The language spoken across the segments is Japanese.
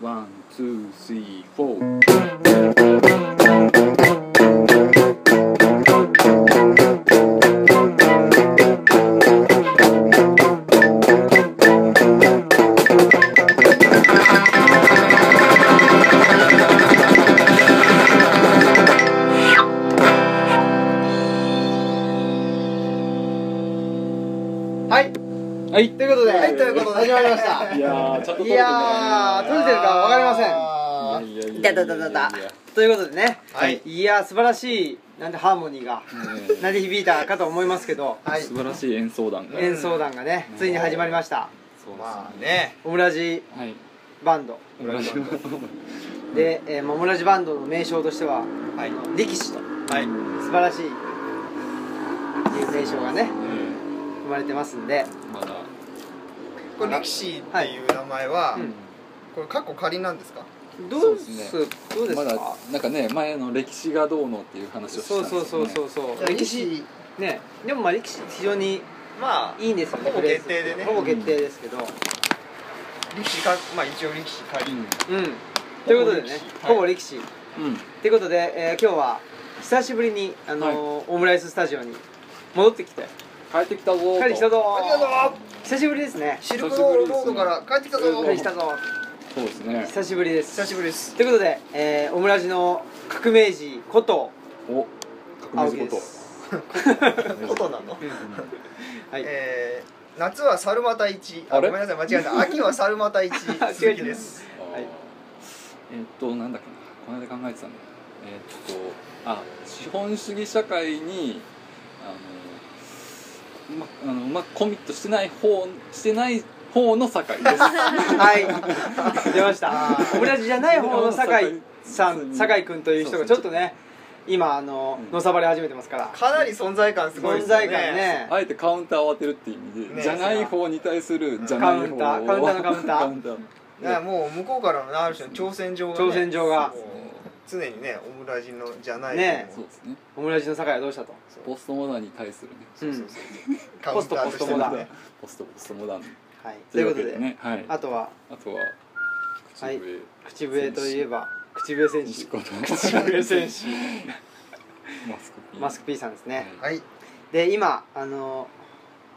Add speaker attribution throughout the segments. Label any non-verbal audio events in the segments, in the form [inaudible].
Speaker 1: ワンツースリーフォー
Speaker 2: はい
Speaker 1: はい
Speaker 2: ということで、
Speaker 1: はい
Speaker 2: ということで始まりまし
Speaker 1: いやー
Speaker 2: た
Speaker 1: ちゃんと撮れ
Speaker 2: い
Speaker 1: てんだな
Speaker 2: やー撮れてるかわかりません
Speaker 1: いやいやいやいやいや
Speaker 2: いたたたたたということでね、
Speaker 3: はい
Speaker 2: いやー素晴らしいなんでハーモニーが
Speaker 1: ね
Speaker 2: 鳴り響いたかと思いますけど、
Speaker 3: はい
Speaker 1: 素晴らしい演奏団が
Speaker 2: 演奏団がね、ついに始まりました
Speaker 1: そうです
Speaker 3: まあね
Speaker 2: オムラジ
Speaker 1: はい
Speaker 2: バンド
Speaker 1: 裏切ります
Speaker 2: で、えーまあオムラジバンドの名称としては
Speaker 3: はい
Speaker 2: 力士と
Speaker 3: はい
Speaker 2: 素晴らしいっていう名称がね
Speaker 1: うん
Speaker 2: 生まれてますんで、
Speaker 1: まだ
Speaker 3: これ力士っていう名前は、これ過去仮なんですか
Speaker 2: どうす
Speaker 1: そう
Speaker 2: どうです
Speaker 1: ま
Speaker 2: か、
Speaker 1: だなんかね前の歴史がどうのっていう話をしてた
Speaker 2: そ
Speaker 1: ん
Speaker 2: う
Speaker 1: です
Speaker 2: そうそうそうそう、歴史ねでもまあ歴史って非常に
Speaker 3: まあ
Speaker 2: いいんですよね
Speaker 3: ほぼ
Speaker 2: フレーズ
Speaker 3: 決定でね
Speaker 2: ほぼ決定ですけど
Speaker 3: 力士かまあ一応力士仮、
Speaker 1: うん
Speaker 2: うん、ということでねほ
Speaker 3: ほ
Speaker 2: ぼ
Speaker 3: ぼ
Speaker 2: 力士と、
Speaker 1: うん
Speaker 2: い、うことで、えー今日は久しぶりに、あのーオムライススタジオに戻ってきて
Speaker 1: 帰ってきたぞーと
Speaker 2: 帰ってきたぞ
Speaker 3: ありがとう
Speaker 2: 久しぶりですね
Speaker 3: シルクロードから帰ってきたぞ
Speaker 1: う
Speaker 2: 帰ってきたぞ
Speaker 1: そうですね
Speaker 2: 久しぶりです
Speaker 3: 久しぶりです
Speaker 2: ということで、えーオムラジの革命児こと
Speaker 1: お革
Speaker 2: 青
Speaker 1: 命児
Speaker 2: 木で
Speaker 1: こと
Speaker 2: す
Speaker 3: ことなの、
Speaker 2: はい、
Speaker 3: えー夏は猿股一
Speaker 1: あ
Speaker 3: あ
Speaker 1: れ
Speaker 3: ごめんなさい間違えた秋は猿股一鈴木です
Speaker 2: はい
Speaker 1: えーっとなんだっけなこの間考えてたんだよえーっとあ資本主義社会にあのうまあのうまくコミットしてない方してない方の酒
Speaker 2: [laughs]
Speaker 1: 井です
Speaker 3: [laughs]
Speaker 2: はい、出ました
Speaker 3: あー
Speaker 2: オムラジじゃない方の酒井さ
Speaker 1: うん
Speaker 2: ん酒井君という人がちょっとね今あの
Speaker 1: うん
Speaker 2: のさばり始めてますから
Speaker 3: かなり存在感すごいで
Speaker 2: 存
Speaker 3: すよね
Speaker 2: 在感ね
Speaker 1: あえてカウンターを当てるっていう意味で、
Speaker 3: ね
Speaker 1: じゃない方に対するじゃない方を
Speaker 2: カウンターカウンターのカウン
Speaker 1: [laughs]
Speaker 2: ター
Speaker 3: ねもう向こうからのある種の挑戦状が、ね、
Speaker 2: 挑戦状が
Speaker 3: もう常にねオムラジのじゃない
Speaker 2: ね
Speaker 3: 方
Speaker 1: そう
Speaker 3: も
Speaker 1: ですね
Speaker 2: オムラジの酒井はどうしたと
Speaker 1: ポストモダンに対するね
Speaker 3: そうそうそうカ
Speaker 2: ポ
Speaker 3: ウン
Speaker 2: スト
Speaker 3: ターとして
Speaker 2: ポスト
Speaker 3: も
Speaker 2: モダ
Speaker 3: ね
Speaker 2: ン
Speaker 1: ポストポストモダン
Speaker 2: はい、
Speaker 1: と
Speaker 2: と
Speaker 1: い
Speaker 2: いうう
Speaker 1: わ
Speaker 2: こ
Speaker 1: け
Speaker 2: と
Speaker 1: で
Speaker 2: で、
Speaker 1: ねはい
Speaker 2: あとは
Speaker 1: あとは口
Speaker 2: はい
Speaker 1: 笛
Speaker 2: 口笛といえば口笛選
Speaker 1: 西
Speaker 2: 手
Speaker 1: 子と
Speaker 2: 口笛選手
Speaker 1: [laughs] マスクピー
Speaker 2: マスク P さんですね
Speaker 1: はい
Speaker 3: はい
Speaker 2: で今あの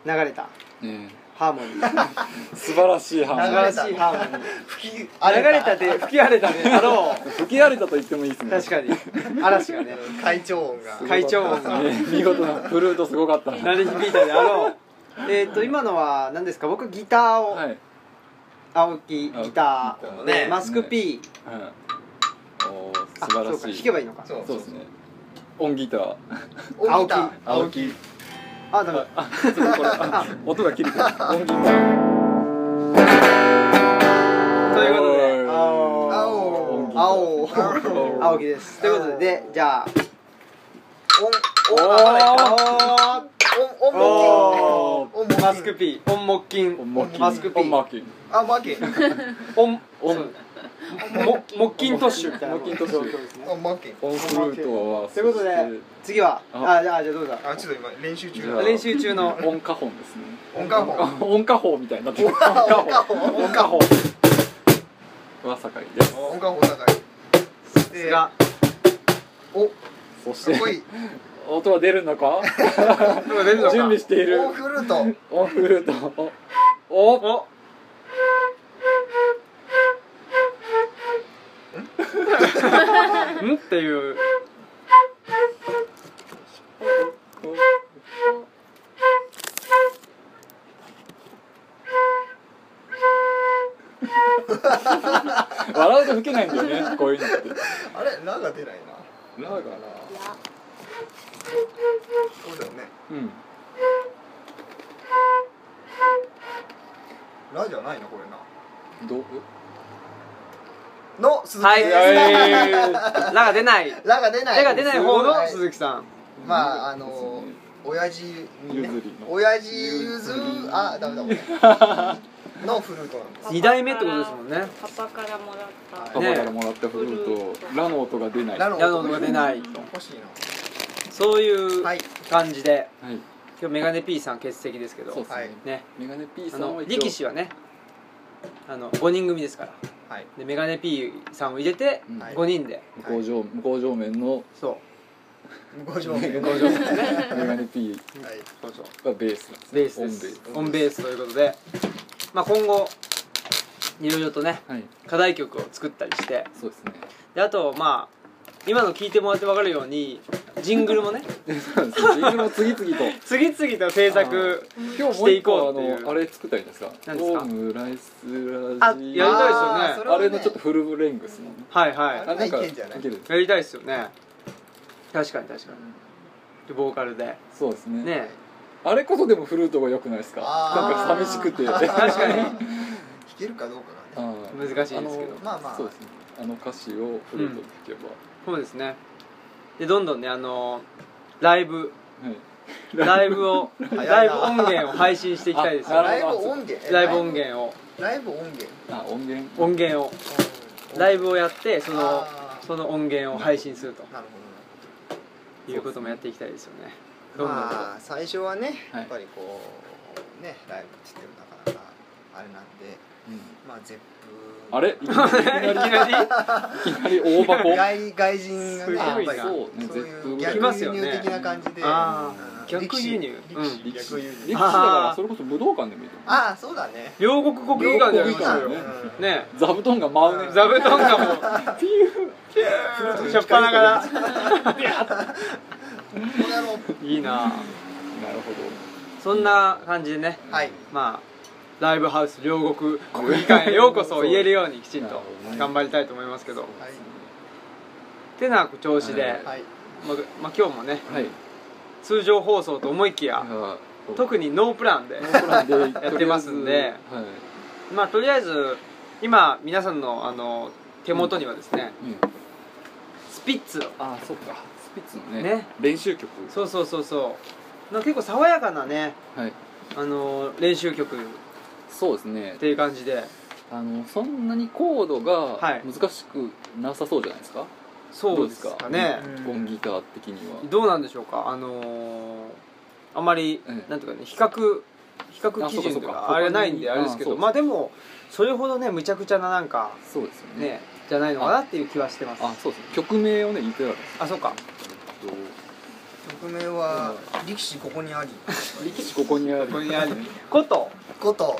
Speaker 2: 流れた
Speaker 1: ね
Speaker 2: ハーモニ [laughs] ー
Speaker 1: え素晴らしい
Speaker 3: 流
Speaker 1: 話
Speaker 3: れ
Speaker 2: 新
Speaker 3: た
Speaker 2: しいハーモニー
Speaker 3: 吹き
Speaker 2: 流れたで吹き荒れたであろう
Speaker 1: 吹き荒れたと言ってもいいですね
Speaker 2: 確かに嵐がね
Speaker 3: 会長音が
Speaker 2: 会長音が
Speaker 1: ね見事なフルートすご
Speaker 2: [laughs]
Speaker 1: かった
Speaker 2: 鳴り響いたであろうえっと今のは何ですか僕ギターを、
Speaker 1: はい
Speaker 2: 青木ギタ
Speaker 3: 青木ギター
Speaker 2: ー、
Speaker 3: を
Speaker 2: で
Speaker 3: ね
Speaker 2: マスク P、
Speaker 1: うんおー
Speaker 2: あ
Speaker 1: 素晴
Speaker 2: そう
Speaker 1: ら
Speaker 2: か
Speaker 1: しい
Speaker 2: 弾けばいいのか
Speaker 3: そう
Speaker 1: そうですねオンギター
Speaker 3: 起きた
Speaker 1: 青木
Speaker 2: あダメだ
Speaker 1: あちょっとこれあ音が切れてるオンギター
Speaker 2: ということで
Speaker 1: 青
Speaker 2: 青
Speaker 1: 青
Speaker 2: 青
Speaker 1: 青
Speaker 2: 青木ですということででじゃあ
Speaker 3: 音音音音
Speaker 2: お
Speaker 3: 音も
Speaker 2: マスク P オンモッキン
Speaker 1: オンモッキン
Speaker 2: マスク P
Speaker 1: オンマーキン
Speaker 3: あマキ
Speaker 2: オン
Speaker 1: オン
Speaker 2: そうモモッキントッシュみたいな
Speaker 1: モッキントッシュ
Speaker 2: 状況ですね
Speaker 3: あマキ
Speaker 1: オンフルートは
Speaker 2: ということで次は
Speaker 1: あ
Speaker 2: あじゃあじゃあどうぞ
Speaker 3: あちょっと今練習中
Speaker 1: じゃあ
Speaker 2: 練習中の
Speaker 1: オンカホンですね
Speaker 3: 音楽音
Speaker 1: あオンカホンみたいになってるオン
Speaker 3: カホン
Speaker 1: オンカホンは酒井です
Speaker 3: 音楽音高い
Speaker 2: が
Speaker 3: お
Speaker 1: そし
Speaker 3: す
Speaker 1: て
Speaker 3: ごい
Speaker 1: 音は出るのか
Speaker 2: 出る
Speaker 1: 準
Speaker 2: の
Speaker 1: 備
Speaker 2: か
Speaker 1: している
Speaker 3: オフルート
Speaker 1: オンフルートおお
Speaker 2: お
Speaker 1: [laughs]
Speaker 2: んんっていう
Speaker 1: 笑うと吹けないんだよねこういうのって
Speaker 3: あれラが出ないな
Speaker 1: なんか
Speaker 3: ラそうだよね
Speaker 1: うん
Speaker 3: ラじゃないなこれな
Speaker 1: どう
Speaker 3: の鈴木
Speaker 2: はい
Speaker 1: え
Speaker 2: ラが出ない
Speaker 3: ラが出ない
Speaker 2: ラが出ない方の鈴木さん
Speaker 3: まああの親父にね
Speaker 1: 譲りの
Speaker 3: 親父譲るあダメだもんね [laughs] のフルートなんです
Speaker 2: 二代目ってことですもんね
Speaker 4: パパからもらっ
Speaker 1: パ
Speaker 4: た、
Speaker 1: パからもらったフルートラの音が出ない
Speaker 3: ラの
Speaker 2: ラの音が出ない
Speaker 3: 欲しいな
Speaker 2: そういう
Speaker 3: はい
Speaker 2: 感じで
Speaker 1: はい
Speaker 2: 今日メガネ P さん欠席ですけ
Speaker 1: そう
Speaker 2: ど
Speaker 1: ですね
Speaker 3: はい
Speaker 2: ね
Speaker 1: メガネ P
Speaker 2: あ
Speaker 1: さん
Speaker 2: の
Speaker 1: は一応
Speaker 2: 力士はねあの5人組ですから
Speaker 3: はい
Speaker 2: でメガネ P さんを入れて
Speaker 1: うん
Speaker 3: はい
Speaker 2: 5人で
Speaker 1: 向こう上向こう上面の
Speaker 2: そ
Speaker 3: 向こう上面
Speaker 1: 向こう上 [laughs] 面のメガネ P
Speaker 3: はい、
Speaker 2: うそうそう
Speaker 1: がベースなんですね
Speaker 2: ベースですオンベースということで、まあ、今後いろいろとね
Speaker 1: オンベースはい
Speaker 2: 課題曲を作ったりして
Speaker 1: そうですね
Speaker 2: であとまあ今の聞いてもらって分かるようにジングルもね
Speaker 1: そうですねジングルも次々と
Speaker 2: 次々と制作
Speaker 1: 今日もう一個あのあれ作ったりですか
Speaker 2: 何です
Speaker 1: オ
Speaker 2: か
Speaker 1: ムライスラジ
Speaker 2: やりたいっすよね
Speaker 3: ーそ
Speaker 1: あれ
Speaker 3: はね
Speaker 1: のちょっとフルブレングスのね
Speaker 2: はいは
Speaker 1: あ
Speaker 3: れ
Speaker 1: なんか
Speaker 3: いけんじゃない
Speaker 1: いける
Speaker 2: いやりたいですよね確かに確かにでボーカルで
Speaker 1: そうですね
Speaker 2: ね
Speaker 1: あれこそでもフルートが良くないですかなん
Speaker 3: あ
Speaker 1: か
Speaker 3: ー
Speaker 1: 寂しくて
Speaker 2: 確かに
Speaker 3: 弾けるかどうかがね
Speaker 1: あー
Speaker 2: 難しいですけど
Speaker 1: あの
Speaker 3: まあまあ
Speaker 1: そうですねあの歌詞をフルートで聴けば、
Speaker 2: そうですねでどんどんねあのライブ
Speaker 1: はい
Speaker 2: ライブを
Speaker 3: いな
Speaker 2: ライブ音源を配信していきたいですよ
Speaker 1: あ
Speaker 2: ね
Speaker 3: ライブ音源え
Speaker 2: ライブ音源を
Speaker 3: ライブ音源
Speaker 1: あ音源
Speaker 2: 音源をライ
Speaker 3: ブ
Speaker 2: ブをやってその
Speaker 3: あー
Speaker 2: その音源を配信すると
Speaker 3: なる
Speaker 2: いうこともやっていきたいですよね
Speaker 3: ほ
Speaker 2: ど
Speaker 3: ど
Speaker 2: んどんと
Speaker 3: まあ最初はね
Speaker 1: はい
Speaker 3: やっぱりこうねライブって言ってもなかなかあれなんで
Speaker 1: うん
Speaker 3: まあゼップ
Speaker 1: あ
Speaker 2: [laughs]
Speaker 1: れいきなり
Speaker 2: いきなり
Speaker 1: いきなり大箱
Speaker 3: 外外人
Speaker 2: す
Speaker 3: がね
Speaker 2: ごいな
Speaker 3: やっぱり
Speaker 1: そうね
Speaker 3: そう
Speaker 1: ゼップ
Speaker 3: いう
Speaker 1: ぐらい
Speaker 3: 逆輸入的な感じで
Speaker 2: あ
Speaker 3: うん
Speaker 2: ー逆輸入
Speaker 3: 力士
Speaker 2: うん
Speaker 1: 力
Speaker 3: 力
Speaker 1: 士
Speaker 3: 士
Speaker 1: 力
Speaker 3: 逆
Speaker 1: 士
Speaker 3: 輸
Speaker 1: だ
Speaker 3: 入
Speaker 1: か
Speaker 2: あ
Speaker 1: ら
Speaker 2: ー
Speaker 1: それこそ武道館でもいいと思う
Speaker 3: ああそうだね
Speaker 2: 両国国技館でやりましょうよ
Speaker 1: 両国
Speaker 3: 技館
Speaker 2: ね
Speaker 1: 座布団が舞うね
Speaker 2: 座布団がもうピューピューしょっぱなから
Speaker 3: これあの
Speaker 2: いいな
Speaker 1: なるほ
Speaker 2: そんな感じでね
Speaker 3: はい
Speaker 2: まあライブハウス両国国技館へようこそ言えるようにきちんと頑張りたいと思いますけど
Speaker 3: は
Speaker 2: てな調子で、
Speaker 1: はい
Speaker 3: い
Speaker 2: まあまあ、今日もね
Speaker 1: どはい
Speaker 2: 通常放送と思いきや
Speaker 1: あ
Speaker 2: 特にノープランで
Speaker 1: に
Speaker 2: やってますんで
Speaker 1: はい
Speaker 2: まあとりあえず今皆さんのあの手元にはですね、
Speaker 1: うん
Speaker 2: スピッツの
Speaker 1: あそっかスピッツのね
Speaker 2: ね
Speaker 1: 練習曲
Speaker 2: そうそうそうそうなんか結構爽やかなね
Speaker 1: はい
Speaker 2: あの練習曲っ
Speaker 1: そうですね
Speaker 2: ていう感じで
Speaker 1: あのそんなにコードが
Speaker 2: はい
Speaker 1: 難しくなさそうじゃないですか
Speaker 2: そうです
Speaker 1: ど
Speaker 2: か
Speaker 1: う
Speaker 2: ね
Speaker 3: うん
Speaker 1: ゴンギター的には
Speaker 2: どうなんでしょうかあのーあんまり、
Speaker 1: ええ
Speaker 2: なんとかね比較比較
Speaker 1: あ
Speaker 2: 基
Speaker 1: そうか
Speaker 2: 準
Speaker 1: そ
Speaker 2: と
Speaker 1: う
Speaker 2: か
Speaker 1: か
Speaker 2: あれないんで
Speaker 1: 他
Speaker 2: あ
Speaker 1: に
Speaker 2: れですけ
Speaker 1: あそ
Speaker 2: ど
Speaker 1: う
Speaker 2: まあでもそれほどねむちゃくちゃななんか
Speaker 1: そうですよね
Speaker 2: ねじゃないのかなっていう気はしてます
Speaker 1: あ
Speaker 2: あ
Speaker 1: そうですね曲名をね言ってなかっ
Speaker 2: そうか
Speaker 1: たです
Speaker 3: 曲名は力士ここにあり
Speaker 1: 力士ここにある
Speaker 2: ここにあること
Speaker 3: こと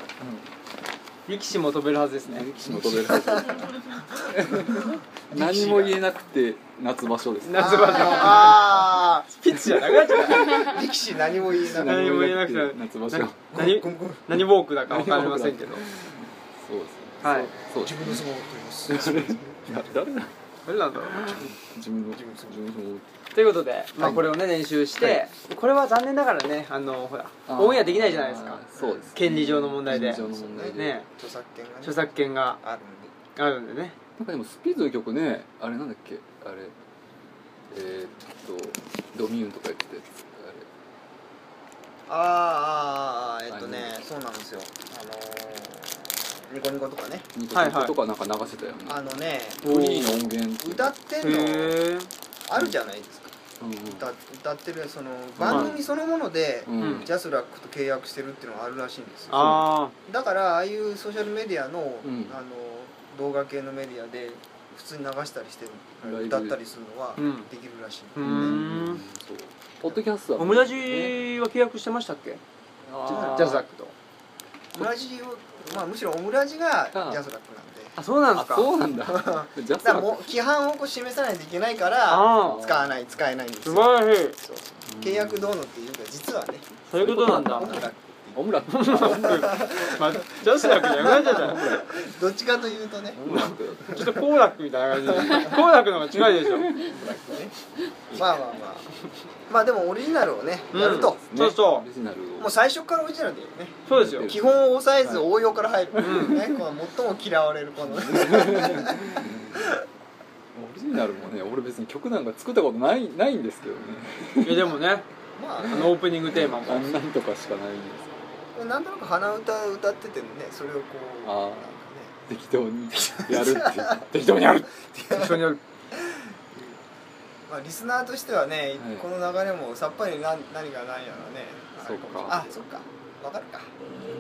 Speaker 2: 力士も飛べるはずですね
Speaker 1: 力士の飛べるはず何も言えなくて夏場所ですね
Speaker 2: 夏場の [laughs] ああースピッツじゃなくなっちゃった
Speaker 3: 力士何も言えなく
Speaker 2: 何も言えなくて
Speaker 1: 夏場所そう
Speaker 2: [laughs] 何
Speaker 3: ごめんごめん
Speaker 2: 何ウォークだか分かりませんけど
Speaker 1: ですね
Speaker 2: はい
Speaker 1: そうで
Speaker 3: 自
Speaker 1: す
Speaker 3: 分の相撲を取ります
Speaker 1: ね誰だ
Speaker 2: どれなんだろう
Speaker 1: 自分の
Speaker 3: 自分の
Speaker 1: 自分の
Speaker 2: ということで、まあ、
Speaker 3: はい
Speaker 2: これをね練習して、これは残念ながらねあのほら
Speaker 1: あー
Speaker 2: オンエアできないじゃないですか
Speaker 1: そうです
Speaker 2: 権利上の問題で
Speaker 1: 権利上の問題で
Speaker 2: ね
Speaker 3: 著作権がね
Speaker 2: 著作権が
Speaker 3: あるんで
Speaker 2: あるんでね
Speaker 1: なんかでもスピードの曲ねあれなんだっけあれえー、っとドミューンとか言ってたやつあれ
Speaker 3: あーあーあーえっとね
Speaker 1: あ
Speaker 3: そうなんですよあのーニコニコとかね
Speaker 1: ニコニコとかなんか流してたよね、
Speaker 3: あのね
Speaker 1: フリーの音源
Speaker 3: 歌って
Speaker 2: へ
Speaker 3: んの
Speaker 2: え
Speaker 3: あるじゃないですか
Speaker 1: うん
Speaker 3: 歌歌ってるその番組そのもので
Speaker 1: うん
Speaker 2: うん
Speaker 3: ジャスラックと契約してるっていうのがあるらしいんですよ
Speaker 2: あ
Speaker 3: だからああいうソーシャルメディアの,、
Speaker 1: ん
Speaker 3: あの動画系のメディアで普通に流したりして
Speaker 1: ライブ
Speaker 3: 歌ったりするのは
Speaker 2: うん
Speaker 3: できるらしい、
Speaker 2: うー
Speaker 1: うん
Speaker 2: ん
Speaker 1: そうポッドキャスト
Speaker 2: オ
Speaker 1: は
Speaker 2: ムラジは契約してましたっけジャジャズアックと
Speaker 3: オムラジを、まあ、むしろオムラジがジ
Speaker 1: ああ
Speaker 3: ャスラックなんで
Speaker 2: あそうなんで
Speaker 1: あ
Speaker 2: すか
Speaker 1: そう
Speaker 2: [laughs]
Speaker 1: なんだジャ
Speaker 3: だ
Speaker 1: スラ
Speaker 3: から
Speaker 1: ック
Speaker 3: もう規範をこう示さないといけないか
Speaker 2: あ
Speaker 3: ら
Speaker 1: あ
Speaker 3: 使わない使えないんで
Speaker 2: 素
Speaker 3: すよ
Speaker 2: 晴らしい
Speaker 3: そうそう契約どうのっていうか実はね
Speaker 2: そういうことなんだ
Speaker 3: 音楽
Speaker 1: オムラックオム
Speaker 2: まあジャスラックじゃなくなっちゃっ
Speaker 3: どっちかというとね
Speaker 1: ラック
Speaker 2: たちょっとコーラックみたいな感じでコーラックの方が近いでしょ
Speaker 3: まあまあまあまあでもオリジナルをねやると、
Speaker 2: そうそう
Speaker 1: オリジナルを
Speaker 3: もう最初からオリジナルだよね
Speaker 2: そうですよ
Speaker 3: 基本を抑えず応用から入る、
Speaker 2: うん
Speaker 3: ね、この最も嫌われるこの
Speaker 1: [laughs] オリジナルもね俺別に曲なんか作ったことないないんですけどね
Speaker 2: いやでもね
Speaker 3: ま
Speaker 2: あのオープニングテーマも
Speaker 1: あんなんとかしかないんです
Speaker 3: あなんとなく鼻歌歌っててねそれをこう
Speaker 1: あー
Speaker 3: なんかね
Speaker 1: 適当にやるっていう
Speaker 3: [laughs]
Speaker 1: 適当にやる
Speaker 2: 一緒にやる
Speaker 3: まあ、リスナーとしてはね、
Speaker 1: はい
Speaker 3: この流れもさっぱり何何が何やらね
Speaker 1: そうか
Speaker 3: あれもしれないあそっかわかるか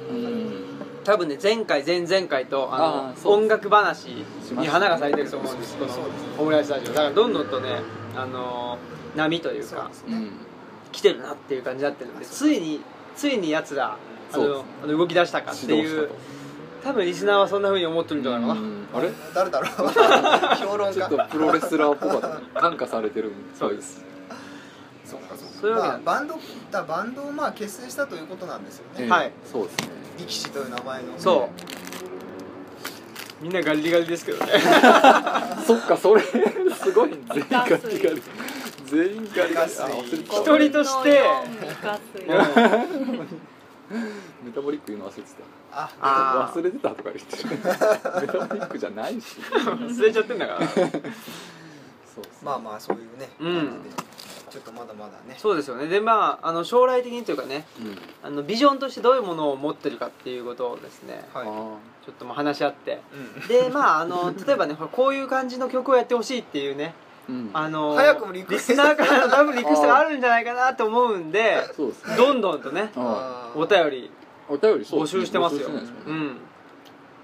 Speaker 1: うん
Speaker 2: 多分ね前回前々回とあの
Speaker 1: あーそう
Speaker 2: 音楽話に花が咲いてると思うんです
Speaker 3: そ
Speaker 2: こ
Speaker 3: う
Speaker 2: の
Speaker 3: そう
Speaker 2: オムライスタジオだからどんどんとねあの波という
Speaker 3: そう
Speaker 2: か
Speaker 3: です
Speaker 1: う
Speaker 3: ね
Speaker 1: ん
Speaker 2: 来てるなっていう感じになってるんでついについにやつらあ
Speaker 1: そうです
Speaker 2: の
Speaker 1: ね
Speaker 2: あの動き出したかって
Speaker 1: 指導し
Speaker 2: いう
Speaker 1: たと
Speaker 2: 多分リスナーはそんな風に思ってるんじゃないかな
Speaker 1: うんあれ
Speaker 3: 誰だろ
Speaker 1: [laughs]
Speaker 3: う評論
Speaker 1: ちょ
Speaker 3: 家
Speaker 1: っとプロレスラーっぽかった感化されてるみたいですね
Speaker 3: そうかそうか
Speaker 2: そういうわけ
Speaker 3: ま
Speaker 2: な
Speaker 3: あ、
Speaker 2: ん
Speaker 3: バンドだバンドをまあ結成したということなんですよ
Speaker 1: え
Speaker 3: ね
Speaker 1: え
Speaker 2: はい
Speaker 1: そうですね
Speaker 3: 力士という名前の
Speaker 2: そうみんなガリガリですけどね
Speaker 1: そっかそれすごい全員ガリガリ全員ガリガリあ忘れて
Speaker 2: 一
Speaker 1: た
Speaker 2: 人として
Speaker 4: イカスイ
Speaker 1: メタボリック言うの忘れてた
Speaker 3: あ
Speaker 2: あー
Speaker 1: 忘れてたとか言ってるメタボリックじゃないし
Speaker 2: 忘れちゃってんだから
Speaker 1: そうですね
Speaker 3: まあまあそういうね、
Speaker 2: うん
Speaker 3: 感じでちょっとまだまだね
Speaker 2: そうですよねでまああの将来的にというかね
Speaker 1: うん
Speaker 2: あのビジョンとしてどういうものを持ってるかっていうことをですね
Speaker 1: あ
Speaker 3: はい
Speaker 1: ー
Speaker 2: ちょっともう話し合って
Speaker 3: う
Speaker 2: でまああの例えばねほらこういう感じの曲をやってほしいっていうね
Speaker 1: うん
Speaker 2: あの
Speaker 3: 早くもリクエ
Speaker 2: リ
Speaker 3: スト
Speaker 2: スナーからの多分リクエストがあるんじゃないかなと思うんで
Speaker 1: そうですね
Speaker 2: どんどんとね
Speaker 1: あー
Speaker 3: ん
Speaker 2: お便り
Speaker 1: お便りそう
Speaker 2: 募
Speaker 1: ですね
Speaker 2: 集してますよ
Speaker 1: 募集ないです
Speaker 2: う
Speaker 1: もんね
Speaker 2: ん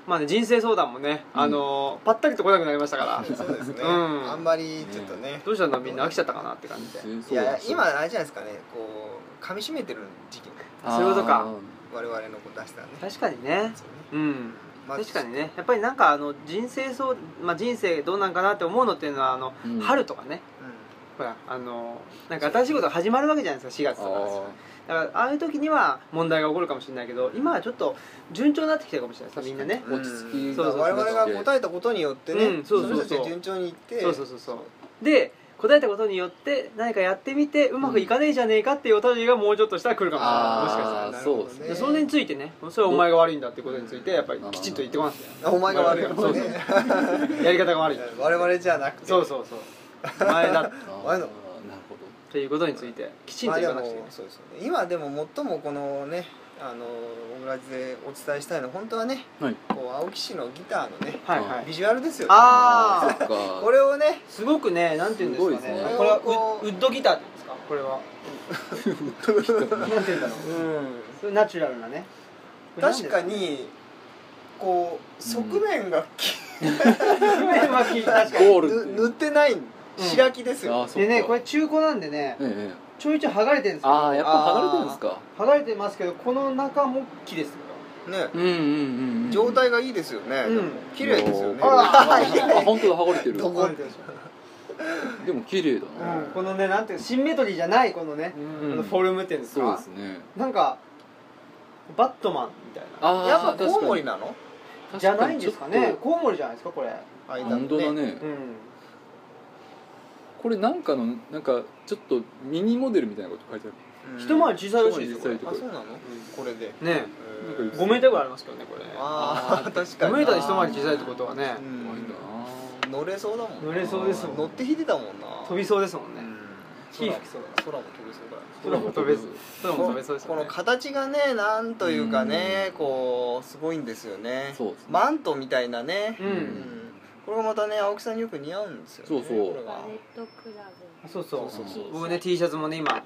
Speaker 2: まあね人生相談もねあのぱったりと来なくなりましたから
Speaker 3: そうですね、
Speaker 2: うん
Speaker 3: あんまりちょっとね
Speaker 2: どうしたのみんな飽きちゃったかなって感じで
Speaker 1: 全然
Speaker 3: い
Speaker 1: そう
Speaker 3: や
Speaker 1: ですよ
Speaker 3: 今あれじゃないですかねこう噛み締めてる時期
Speaker 2: そういうことか
Speaker 3: 我々の子出したね
Speaker 2: 確かにね
Speaker 3: そう
Speaker 2: うん
Speaker 3: まあ
Speaker 2: 確かにねやっぱりなんかあの人生そう、まあ、人生どうなんかなって思うのっていうのはあの、
Speaker 1: うん
Speaker 2: 春とかねほらあのなんか新しいことが始まるわけじゃないですか4月とかですよだからああいう時には問題が起こるかもしれないけど今はちょっと順調になってきてるかもしれないですみんなね
Speaker 1: うん落ち着き
Speaker 3: そう
Speaker 2: そうそう
Speaker 3: 我々が答えたことによってね、
Speaker 2: うんそうそうそう
Speaker 3: の人たちが順調にいって
Speaker 2: そうそうそうそうで答えたことによって何かやってみてうまくいかねえじゃねえかっていうお便りがもうちょっとしたら来るかもしれないもしかしたら
Speaker 1: ああ
Speaker 3: なるほ
Speaker 1: そうで
Speaker 3: どね
Speaker 1: す
Speaker 2: で
Speaker 1: ね
Speaker 2: それについてねそれはお前が悪いんだってことについてやっぱりきちっと言ってこなくて
Speaker 3: あお前が [laughs] 悪いよ
Speaker 2: そうそう
Speaker 3: ね
Speaker 2: やり方が悪い
Speaker 3: [laughs] 我々じゃなくて
Speaker 2: そうそうそうお前だっ
Speaker 1: あー
Speaker 3: 前
Speaker 1: な
Speaker 3: の
Speaker 1: るほど
Speaker 2: ていうことについてきちんと
Speaker 3: まあ
Speaker 2: 言
Speaker 3: で
Speaker 2: わ
Speaker 3: も
Speaker 2: なくていいね
Speaker 3: そうですよね今でも最もこのねあのオムラジでお伝えしたいのは本当はね
Speaker 1: はい
Speaker 3: こう青木氏のギターのね
Speaker 2: はいはい
Speaker 3: ビジュアルですよね
Speaker 2: あー
Speaker 1: そっ
Speaker 2: [laughs]
Speaker 1: か
Speaker 3: これをね
Speaker 2: すごくねなんていうんですかね
Speaker 1: すごいですね
Speaker 2: これはウ
Speaker 3: こ
Speaker 2: ッ
Speaker 3: う
Speaker 2: ウッドギターっていうんですかこれはなんていうんだろうそういうナチュラルなね
Speaker 3: 確か
Speaker 2: に
Speaker 3: にこう側面が
Speaker 2: 確かに
Speaker 1: ゴールってい
Speaker 3: ぬ塗っ
Speaker 1: う
Speaker 3: てない白木です
Speaker 1: あ
Speaker 3: よ
Speaker 1: ーそっ
Speaker 2: で
Speaker 1: か
Speaker 2: ねこれ中古なんでね
Speaker 1: ええええ
Speaker 2: ちょいちょい剥がれてるんですよ
Speaker 1: ああやっぱ離れてるんですか
Speaker 2: 剥がれてますけどこの中も木ですよ
Speaker 3: ね
Speaker 1: うんうんうんうん
Speaker 3: 状態がいいですよね
Speaker 2: うん
Speaker 3: 綺麗ですよね
Speaker 1: あ
Speaker 2: あ
Speaker 1: ーあ本当だ剥がれてる
Speaker 3: どこ
Speaker 1: でも綺麗だな
Speaker 2: うんこのねなんていうのシンメトリーじゃないこのねこのフォルムっていうんです
Speaker 1: そうで
Speaker 2: か
Speaker 1: すね
Speaker 2: なんかバットマンみたいな
Speaker 1: あー
Speaker 3: [laughs] やっぱコウモリ
Speaker 1: 確
Speaker 3: なの
Speaker 1: かに
Speaker 2: じゃないんですか
Speaker 1: 確
Speaker 2: ね
Speaker 1: にちょっ
Speaker 2: コウモリじゃないですかこれ
Speaker 1: と
Speaker 3: 間の
Speaker 1: 本当だね
Speaker 2: うん
Speaker 1: これなんかのなんかちょっとミニモデルみたいなこと書いてある
Speaker 3: うん
Speaker 2: 一回り小さいらしいですよこれ
Speaker 1: 一回り小さい
Speaker 3: あそうなのこれで
Speaker 2: ね
Speaker 1: なん
Speaker 3: え
Speaker 1: か
Speaker 2: 5メーターぐらいありますけどねこれ
Speaker 3: ああ確かに
Speaker 2: 5メーターで一回り小さいってことはね
Speaker 3: うん
Speaker 1: 怖いな
Speaker 3: 乗れそうだもん
Speaker 2: 乗れそうですもん
Speaker 3: 乗って引いてたもんな
Speaker 2: 飛びそうですもん
Speaker 3: う
Speaker 2: ね
Speaker 3: ん
Speaker 2: 火吹きそうだ
Speaker 3: 空も飛びそうだ
Speaker 2: 空も飛べず空も飛べそうです
Speaker 3: こ
Speaker 2: よ
Speaker 3: の
Speaker 2: ね
Speaker 3: 形がねなんというかねこうすごいんですよね
Speaker 1: そうですね
Speaker 3: マントみたいなね
Speaker 2: う
Speaker 3: うんこれがまたね青木さんによく似合うんですよね
Speaker 1: そうそう
Speaker 3: これが
Speaker 4: バレットクラブ
Speaker 2: そうそう
Speaker 1: そうそうそう
Speaker 2: 僕ね T シャツもね今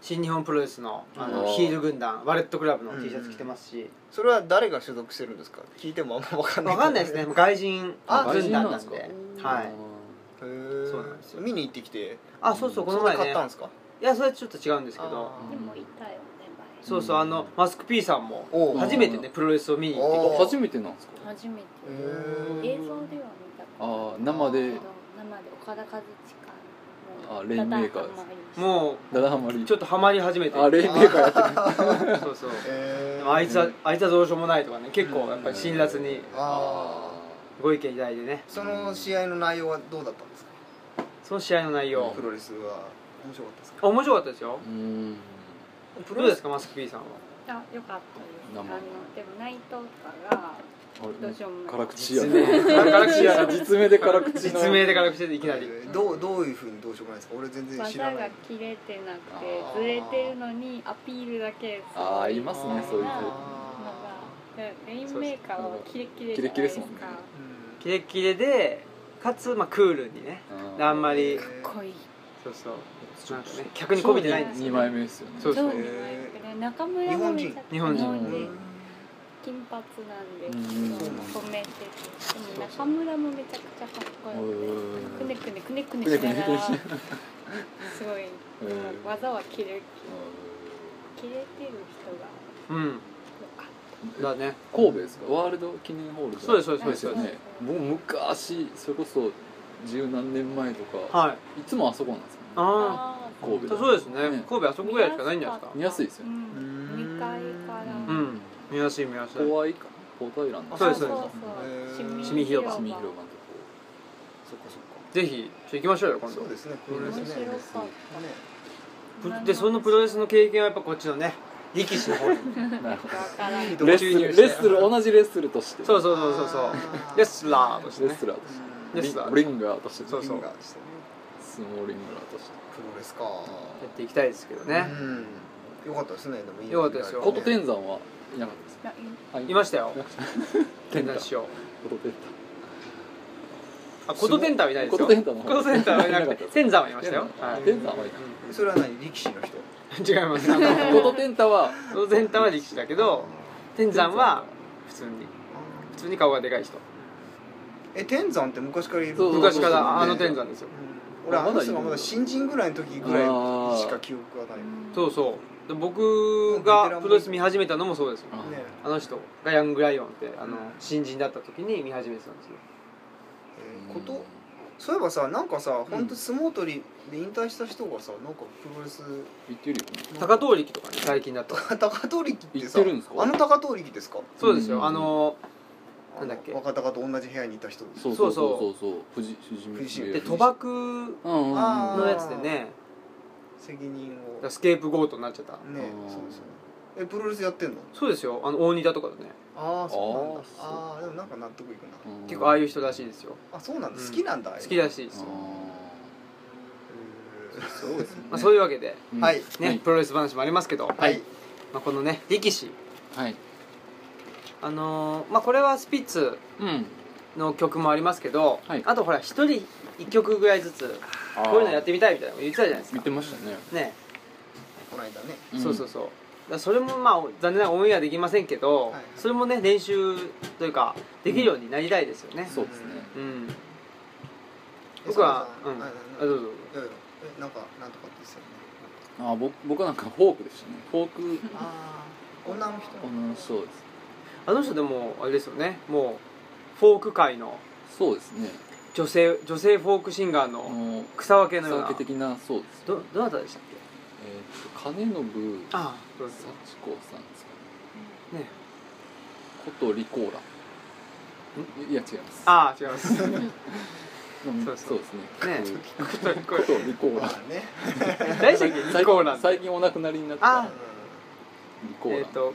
Speaker 2: 新日本プロレスのあの
Speaker 1: うん
Speaker 2: ヒール軍団ワレットクラブの T シャツ着てますし
Speaker 3: それは誰が所属してるんですか聞いてもあんま分かんない
Speaker 2: わかんないですね外人
Speaker 3: あ
Speaker 2: 軍団な
Speaker 1: 外
Speaker 2: ん
Speaker 1: 人な
Speaker 2: で
Speaker 1: ん
Speaker 2: はい
Speaker 3: へ
Speaker 2: そうなんです
Speaker 3: ー
Speaker 2: よ
Speaker 3: 見に行ってきて
Speaker 2: あそうそうこの
Speaker 3: そこ
Speaker 2: 前
Speaker 3: で買
Speaker 2: ね
Speaker 3: ったんですか
Speaker 2: いやそれはちょっと違うんですけど
Speaker 3: あー
Speaker 4: でもいたよね
Speaker 2: そうそうあのマスク P さんも
Speaker 3: おう
Speaker 2: 初めてねプロレスを見に行って
Speaker 1: あ
Speaker 2: き
Speaker 3: お
Speaker 2: て
Speaker 3: う
Speaker 1: 初めてなんですか
Speaker 4: 前初めて
Speaker 3: へ
Speaker 4: 映
Speaker 3: ー
Speaker 4: 像では見たけど
Speaker 1: ああ生で
Speaker 4: 生で岡田和親の
Speaker 1: あレインメーカーです
Speaker 4: ダダハマりました
Speaker 2: も
Speaker 1: だだはまり
Speaker 2: うちょっとハマり始めて
Speaker 1: あレインメーカーやってる
Speaker 2: そうそう
Speaker 3: へ
Speaker 2: で
Speaker 3: ー
Speaker 2: もあいつはあいつはどうしようもないとかね結構やっぱり [laughs] 辛辣に
Speaker 3: ああ
Speaker 2: ご意見いただいてね
Speaker 3: その試合の内容はどうだったんですか
Speaker 2: その試合の内容
Speaker 3: プロレスは面白かったですか
Speaker 2: あ面白かったですよ
Speaker 1: うーん
Speaker 3: プ
Speaker 2: どうですかマスク P さんは
Speaker 4: あよかったです
Speaker 1: 生
Speaker 4: あのでも内藤とかが
Speaker 1: あれ
Speaker 4: どうしようもな
Speaker 1: 辛
Speaker 4: い
Speaker 1: 口や
Speaker 2: 実
Speaker 1: ね
Speaker 2: 名辛口や
Speaker 1: [laughs] 実名で辛口の
Speaker 2: 実名で辛口でいきなり
Speaker 3: どうどういうふうにどうしようもないですか俺全然知ら
Speaker 4: 技
Speaker 3: な
Speaker 4: が
Speaker 3: い
Speaker 4: 切れてなくて
Speaker 3: あー
Speaker 4: ずれてるのにアピールだけすご
Speaker 1: あーいますねそういうタイプ
Speaker 4: の
Speaker 3: あ
Speaker 4: がでレインメーカーはキレッキレ
Speaker 1: キレッキレですもんね
Speaker 4: か
Speaker 3: ーうん
Speaker 2: キレッキレでかつまあクールにねであんまり
Speaker 4: かっこいい
Speaker 2: そうそうなんかね客にこびてないんです
Speaker 1: 2枚目ですよね
Speaker 2: そうそう
Speaker 4: 超似合いですね中村もめちゃくちゃ
Speaker 2: 日本人日
Speaker 4: 日本
Speaker 2: 本
Speaker 4: 人
Speaker 2: 人
Speaker 3: うん
Speaker 4: 金髪なんです
Speaker 1: うん
Speaker 4: けど染めててでも中村もめちゃくちゃかっこよくてくねくねくねくねしながらすごいなんか技はキレキレてる人が
Speaker 2: うん
Speaker 4: よかっ
Speaker 2: だね
Speaker 1: 神戸ですかワールド記念ホール
Speaker 2: そうですそうです
Speaker 1: そうですよね
Speaker 4: うん
Speaker 1: 僕昔それこそ十何年前とか
Speaker 2: はい
Speaker 1: いつもあそこなんですよね
Speaker 2: あ
Speaker 4: た
Speaker 1: 神戸
Speaker 2: あ
Speaker 1: だ
Speaker 2: そうですね
Speaker 1: ね
Speaker 2: 神戸あそこぐらいしかないんじゃないですか
Speaker 1: 見やすいですよ
Speaker 4: う
Speaker 1: ね
Speaker 4: ん
Speaker 2: うーん
Speaker 4: 2階から
Speaker 2: う
Speaker 1: うん
Speaker 2: ん見やすい見やすい
Speaker 1: 怖いか高平なん
Speaker 2: あそうです
Speaker 4: そう
Speaker 2: そう
Speaker 3: です
Speaker 4: そう
Speaker 2: 市民広場
Speaker 1: 市民広場のと
Speaker 3: そっかそっ
Speaker 2: ぜひちょっと行きましょうよ
Speaker 3: か
Speaker 2: 今度
Speaker 3: そうですねプ
Speaker 2: プ
Speaker 3: ロ
Speaker 2: ロ
Speaker 3: レ
Speaker 2: レ
Speaker 3: ス
Speaker 2: ス
Speaker 3: ね
Speaker 2: ね
Speaker 4: 面白かっ
Speaker 2: プでそのプロレスの経験はやっぱこっちのね力士の方に
Speaker 1: こなるほ
Speaker 4: わからん
Speaker 1: どレッスルレッスル同じレッスルとして
Speaker 2: [laughs] そうそうそうそうそうレスラーとして
Speaker 1: レ
Speaker 2: ね
Speaker 1: ッス
Speaker 2: プ
Speaker 1: ラーとして
Speaker 2: レ
Speaker 1: リ
Speaker 2: スラー
Speaker 1: リンガーとして
Speaker 2: そう
Speaker 3: リンガーしてね
Speaker 1: スモーリンガーとして
Speaker 3: プロレスか
Speaker 2: やっていきたいですけどね
Speaker 3: うんよかったですねでもいい
Speaker 2: よかったですよ
Speaker 1: 琴天
Speaker 3: 山
Speaker 1: 山はいなかったですか
Speaker 4: ない
Speaker 1: はい
Speaker 2: いましたよ
Speaker 1: 天
Speaker 2: 天
Speaker 1: 山
Speaker 2: 壇師匠
Speaker 1: 琴天
Speaker 2: あ琴天太はいないですよ
Speaker 1: 琴天太の方
Speaker 2: 琴天太はいなくて [laughs] 天山はいましたよ
Speaker 1: 山
Speaker 2: はい
Speaker 1: 天山はいな
Speaker 3: それは何力士の人
Speaker 2: 違いますあの
Speaker 1: い琴天太は
Speaker 2: 琴天太は力士だけど天山は普通に普通に顔がでかい人
Speaker 3: え天山って昔からいる
Speaker 1: そうそう
Speaker 2: 昔か
Speaker 1: そうそう
Speaker 2: らあの天山ですよ
Speaker 3: うん俺あの人がまだ新人ぐらいの時ぐらいしか記憶がない
Speaker 2: そうそうで僕がプロレス見始めたのもそうですよ
Speaker 1: あ
Speaker 3: ね
Speaker 2: あの人がヤングライオンってあの新人だった時に見始めてたんですよ
Speaker 3: えーことそういえばさなんかさ本当相撲取りで引退した人がさなんかプロレス
Speaker 1: 言ってるよね
Speaker 2: 高遠力とかね最近だと
Speaker 3: 高遠力ってさ
Speaker 1: 行ってるんですか
Speaker 3: あの高遠力ですか
Speaker 2: そうです
Speaker 1: うん
Speaker 2: よあのなんだっけ
Speaker 3: 若鷹と同じ部屋にいた人です
Speaker 1: そうそうそうそうそう富士富士見
Speaker 2: で賭博
Speaker 1: うんうんうん
Speaker 3: あー
Speaker 2: のやつでね
Speaker 3: 責任を
Speaker 2: スケープゴートになっちゃった
Speaker 3: ね
Speaker 1: あー
Speaker 3: そうそうえプロレスやってんの
Speaker 2: そうですよあの大仁田とかだね
Speaker 3: ああそうなんだ
Speaker 1: あー
Speaker 3: ああーでもなんか納得いくな
Speaker 1: うん
Speaker 2: 結構ああいう人らしいですよ
Speaker 3: あそうなんだ
Speaker 2: うん
Speaker 3: 好きなんだ
Speaker 2: 好
Speaker 3: 好
Speaker 2: きらしいですよ
Speaker 3: そうですね
Speaker 2: まあそういうわけで
Speaker 1: うん
Speaker 3: はい
Speaker 2: ね、
Speaker 1: はい
Speaker 2: プロレス話もありますけど、
Speaker 3: はい
Speaker 2: まあ、このね力士
Speaker 1: はい
Speaker 2: あのーまあこれはスピッツ
Speaker 1: うん
Speaker 2: の曲もありますけど、
Speaker 1: はい
Speaker 2: あとほら一人一曲ぐらいずつこういうのやってみたいみたいなの言ってたじゃないです
Speaker 1: 見
Speaker 2: か
Speaker 1: てましたね
Speaker 2: ね、
Speaker 3: この間ね
Speaker 2: そうそうそうだからそれもまあ残念ながらオンエアできませんけど、
Speaker 3: はいはい
Speaker 2: それもね練習というかできるようになりたいですよね
Speaker 1: そうですね
Speaker 2: うん、僕は
Speaker 3: え
Speaker 2: うん
Speaker 3: さ
Speaker 2: あ
Speaker 3: ん
Speaker 2: どうぞ
Speaker 3: いやいやえなんかなんとかって言ってたよね
Speaker 1: あー僕僕なんかフォークでしたねフォーク
Speaker 3: ああ女の人
Speaker 1: 女の人です
Speaker 2: あの人でもあれですよねもうフォーク界の
Speaker 1: そうですね
Speaker 2: 女性女性フォークシンガー
Speaker 1: あ
Speaker 2: の
Speaker 1: の
Speaker 2: 草分けのよう
Speaker 1: 草
Speaker 2: な
Speaker 1: 分け的なそうです
Speaker 2: どどなたでしたっけ
Speaker 1: えーと金信幸子
Speaker 2: ああそうです
Speaker 1: さんですかね
Speaker 2: ね
Speaker 1: ことリコーラいや違います
Speaker 2: ああ違います
Speaker 1: [laughs]
Speaker 2: ね
Speaker 1: うん
Speaker 2: そうそう
Speaker 1: そうですねことリコー
Speaker 3: ま
Speaker 1: ラ
Speaker 3: あね
Speaker 2: 大好きリコーラン
Speaker 1: 最近お亡くなりになった
Speaker 2: あ
Speaker 1: リコー
Speaker 2: えっ
Speaker 1: ラ
Speaker 2: と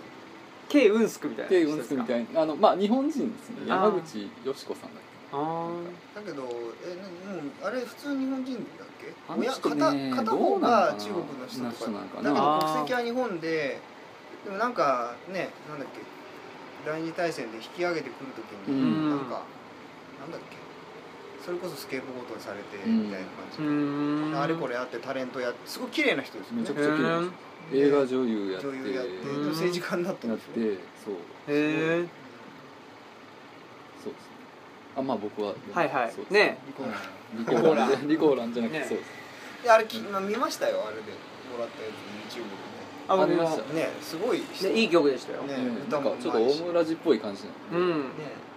Speaker 2: K ウンスクみたいな
Speaker 1: ってうんすみた
Speaker 2: い
Speaker 1: いなあのまあ日本人ですね
Speaker 2: あー
Speaker 1: 山口よし子さんだっ
Speaker 2: あー
Speaker 3: だけどえなもうあれ普通日本人だっけ
Speaker 1: あの
Speaker 3: 親
Speaker 1: 人
Speaker 3: 片
Speaker 1: ね
Speaker 3: 片
Speaker 1: ど
Speaker 3: 方
Speaker 1: うなの
Speaker 3: が
Speaker 1: かな
Speaker 3: 中国の人と
Speaker 1: な人なのか
Speaker 3: か
Speaker 1: な
Speaker 3: だけど
Speaker 2: あー
Speaker 3: 国籍は日本ででもなんかねなんだっけ第二次大戦で引き上げてくるとき
Speaker 1: う
Speaker 3: に、
Speaker 1: ん
Speaker 3: なんかなんだっけそれこそスケープごとにされて
Speaker 1: うん
Speaker 3: みたいな
Speaker 2: うー
Speaker 3: 感じ、
Speaker 2: ん
Speaker 3: あれこれやってタレントやってすごい綺麗な人ですよね
Speaker 1: めちゃく
Speaker 2: へ
Speaker 1: ちゃ綺麗ですけ映画女優やって
Speaker 3: 女優やって、で
Speaker 2: うん
Speaker 3: も政治家になったん
Speaker 1: なっ
Speaker 3: で
Speaker 1: て
Speaker 3: すよ
Speaker 1: そう
Speaker 2: えへえ
Speaker 1: そうですねあまあ僕は
Speaker 2: はいは
Speaker 1: そうです
Speaker 2: いね
Speaker 3: リコーラ
Speaker 1: リコーラ
Speaker 2: リコー
Speaker 1: ンリコーランじゃなくて
Speaker 2: ね
Speaker 1: そうです
Speaker 3: であれき、まあ、見ましたよあれでもらったやつ YouTube
Speaker 2: あ僕
Speaker 1: ありまし
Speaker 2: も
Speaker 1: た
Speaker 3: でねねすごい人
Speaker 2: ねいい曲でしたよ
Speaker 3: ね
Speaker 1: うんな
Speaker 3: 歌
Speaker 1: んか
Speaker 3: も
Speaker 1: ちょっと大村寺っぽい感じな
Speaker 2: うん
Speaker 3: ね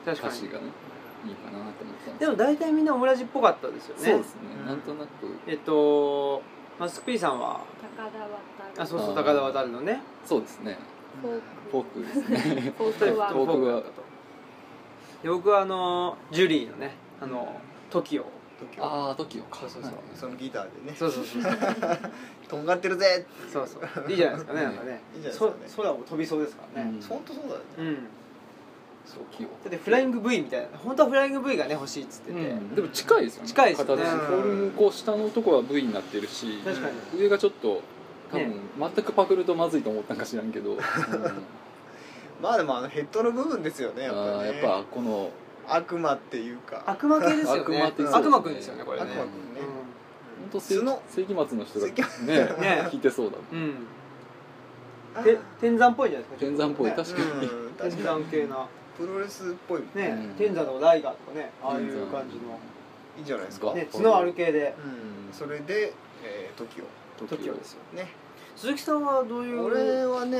Speaker 2: 確か
Speaker 1: 歌詞
Speaker 2: に
Speaker 1: がねいいかなと思ってたん
Speaker 2: で
Speaker 1: け
Speaker 2: も
Speaker 1: ど
Speaker 2: 大体みんなオムラジっぽかったですよね
Speaker 1: そうですね
Speaker 3: うん
Speaker 1: なんとなく
Speaker 2: えっとマスク P さんは
Speaker 4: 高田渡
Speaker 2: あそうそう
Speaker 1: あー
Speaker 2: 高田渡るのね
Speaker 1: そうですね
Speaker 4: フォー
Speaker 1: フォークですね
Speaker 4: クフ
Speaker 2: 二
Speaker 4: ォ
Speaker 2: 人
Speaker 4: ーク
Speaker 2: と
Speaker 4: は
Speaker 2: もフォークだったとで僕はあのジュリーのねあの TOKIO
Speaker 3: 東京
Speaker 1: ああ TOKIO か
Speaker 2: そうそうそう
Speaker 3: そのギターでね
Speaker 2: そうそうそうそう
Speaker 3: とんがってるぜ
Speaker 2: そうそういいじゃないですかねなんかね
Speaker 3: いいじゃないですか
Speaker 2: そ
Speaker 3: ね
Speaker 2: 空を飛びそうですからね、
Speaker 3: 本当そうだよ
Speaker 2: う
Speaker 3: ね
Speaker 2: ん、だ
Speaker 1: そう器用
Speaker 2: ってフライング V みたいな本当はフライング V がね欲しいっつってて、
Speaker 1: うんでも近いですよね
Speaker 2: 近いですよね
Speaker 1: 形フォルムこう下のとこは V になってるし
Speaker 2: 確かに
Speaker 1: 上がちょっと多
Speaker 2: ね
Speaker 1: 分全くパクるとまずいと思ったんか知らんけど、う
Speaker 2: [laughs]
Speaker 1: ん、
Speaker 3: まあでもあのヘッドの部分ですよねやっ
Speaker 1: あ
Speaker 3: ぱ
Speaker 1: ー
Speaker 3: ね
Speaker 1: やっぱこの
Speaker 3: 悪魔っていうか
Speaker 2: 悪魔系ですよね
Speaker 1: 悪魔的
Speaker 3: ですね
Speaker 2: 悪魔くんですよねこ
Speaker 3: 悪
Speaker 2: れ
Speaker 3: 魔
Speaker 2: ね
Speaker 3: くんね
Speaker 1: 本当世
Speaker 3: 素の
Speaker 1: 世紀末の人がね
Speaker 3: 世紀
Speaker 2: ね
Speaker 1: 聞いてそうだ
Speaker 2: うん、
Speaker 3: あー
Speaker 2: て天山っぽいじゃないですか
Speaker 1: 天山っぽい
Speaker 2: ね
Speaker 1: 確かに
Speaker 3: うん確
Speaker 2: 天
Speaker 3: か
Speaker 2: 山
Speaker 3: に
Speaker 2: 系な
Speaker 3: プロレスっぽい
Speaker 2: ね、
Speaker 1: うん
Speaker 2: 天山のライガーとかねああいう感じの、
Speaker 3: いいじゃないですか、
Speaker 1: が
Speaker 2: ね、角ある系で
Speaker 3: うんそれで、えー、時を
Speaker 2: 時をですよ
Speaker 3: ね
Speaker 2: 鈴木さんはどういう
Speaker 3: 俺はね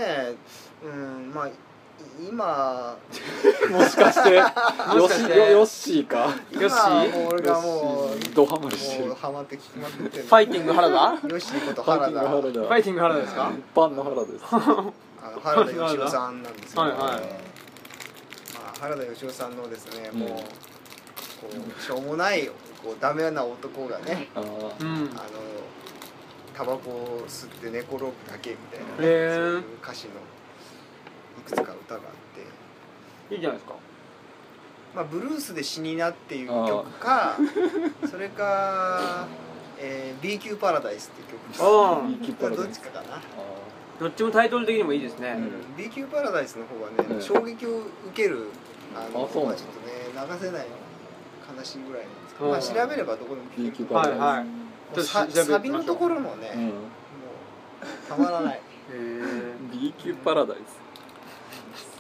Speaker 3: うんまあい今
Speaker 1: もしかしてヨ
Speaker 2: も
Speaker 1: ッ
Speaker 2: しか
Speaker 1: シ
Speaker 2: して
Speaker 1: ーヨッシーか
Speaker 2: よし
Speaker 3: 今もう俺がも
Speaker 1: ヨ
Speaker 3: う
Speaker 1: ッシードハマりして
Speaker 3: もう
Speaker 1: る
Speaker 3: ハマってきまくって
Speaker 2: ファイティング原田フ
Speaker 3: よしこと
Speaker 1: パンキ
Speaker 3: 原
Speaker 1: ン
Speaker 3: 田
Speaker 1: の
Speaker 3: あ
Speaker 1: 原
Speaker 2: ァイ
Speaker 1: 田
Speaker 2: ティング原田ですか
Speaker 1: 一般の原です
Speaker 3: の原田芳雄さんなんですけど、
Speaker 2: はいはい
Speaker 3: まあ、原田芳雄さんのですね、
Speaker 1: うん
Speaker 3: もうこうしょうもないこうダメな男がね
Speaker 1: あー
Speaker 2: うん
Speaker 3: あのタバコを吸って寝転ぶだけみたいな、
Speaker 2: へー
Speaker 3: そういう歌詞のいくつか歌があって。
Speaker 2: いいじゃないですか
Speaker 3: まあ、ブルースで死になっていう曲かそれか、えー、B 級パラダイスっていう曲
Speaker 2: う
Speaker 1: いい
Speaker 2: ん
Speaker 1: キッパラ
Speaker 3: ど
Speaker 1: だ
Speaker 3: っ
Speaker 1: ね
Speaker 3: ちかかな、
Speaker 1: あ
Speaker 2: どっちもタイトル的にもいいです
Speaker 1: う
Speaker 2: ね
Speaker 1: ん、
Speaker 3: B 級パラダイスの方はね、
Speaker 1: うん
Speaker 3: 衝撃を受けるあの
Speaker 1: あそうなん
Speaker 3: まあ
Speaker 1: だ
Speaker 3: ちょっとね流せない悲しいぐらいなんですけ
Speaker 2: う
Speaker 3: ど、
Speaker 2: ん
Speaker 3: まあ、調べればどこでも
Speaker 1: ーい
Speaker 3: 聴
Speaker 1: いキ
Speaker 3: け
Speaker 1: ッ
Speaker 3: る
Speaker 1: パラだね
Speaker 2: はい
Speaker 3: もうさ
Speaker 2: ちょっと調べてみましょう
Speaker 3: サビのところもね、
Speaker 1: う
Speaker 3: もうんたまらない [laughs]
Speaker 2: へえ
Speaker 1: B 級パラダイス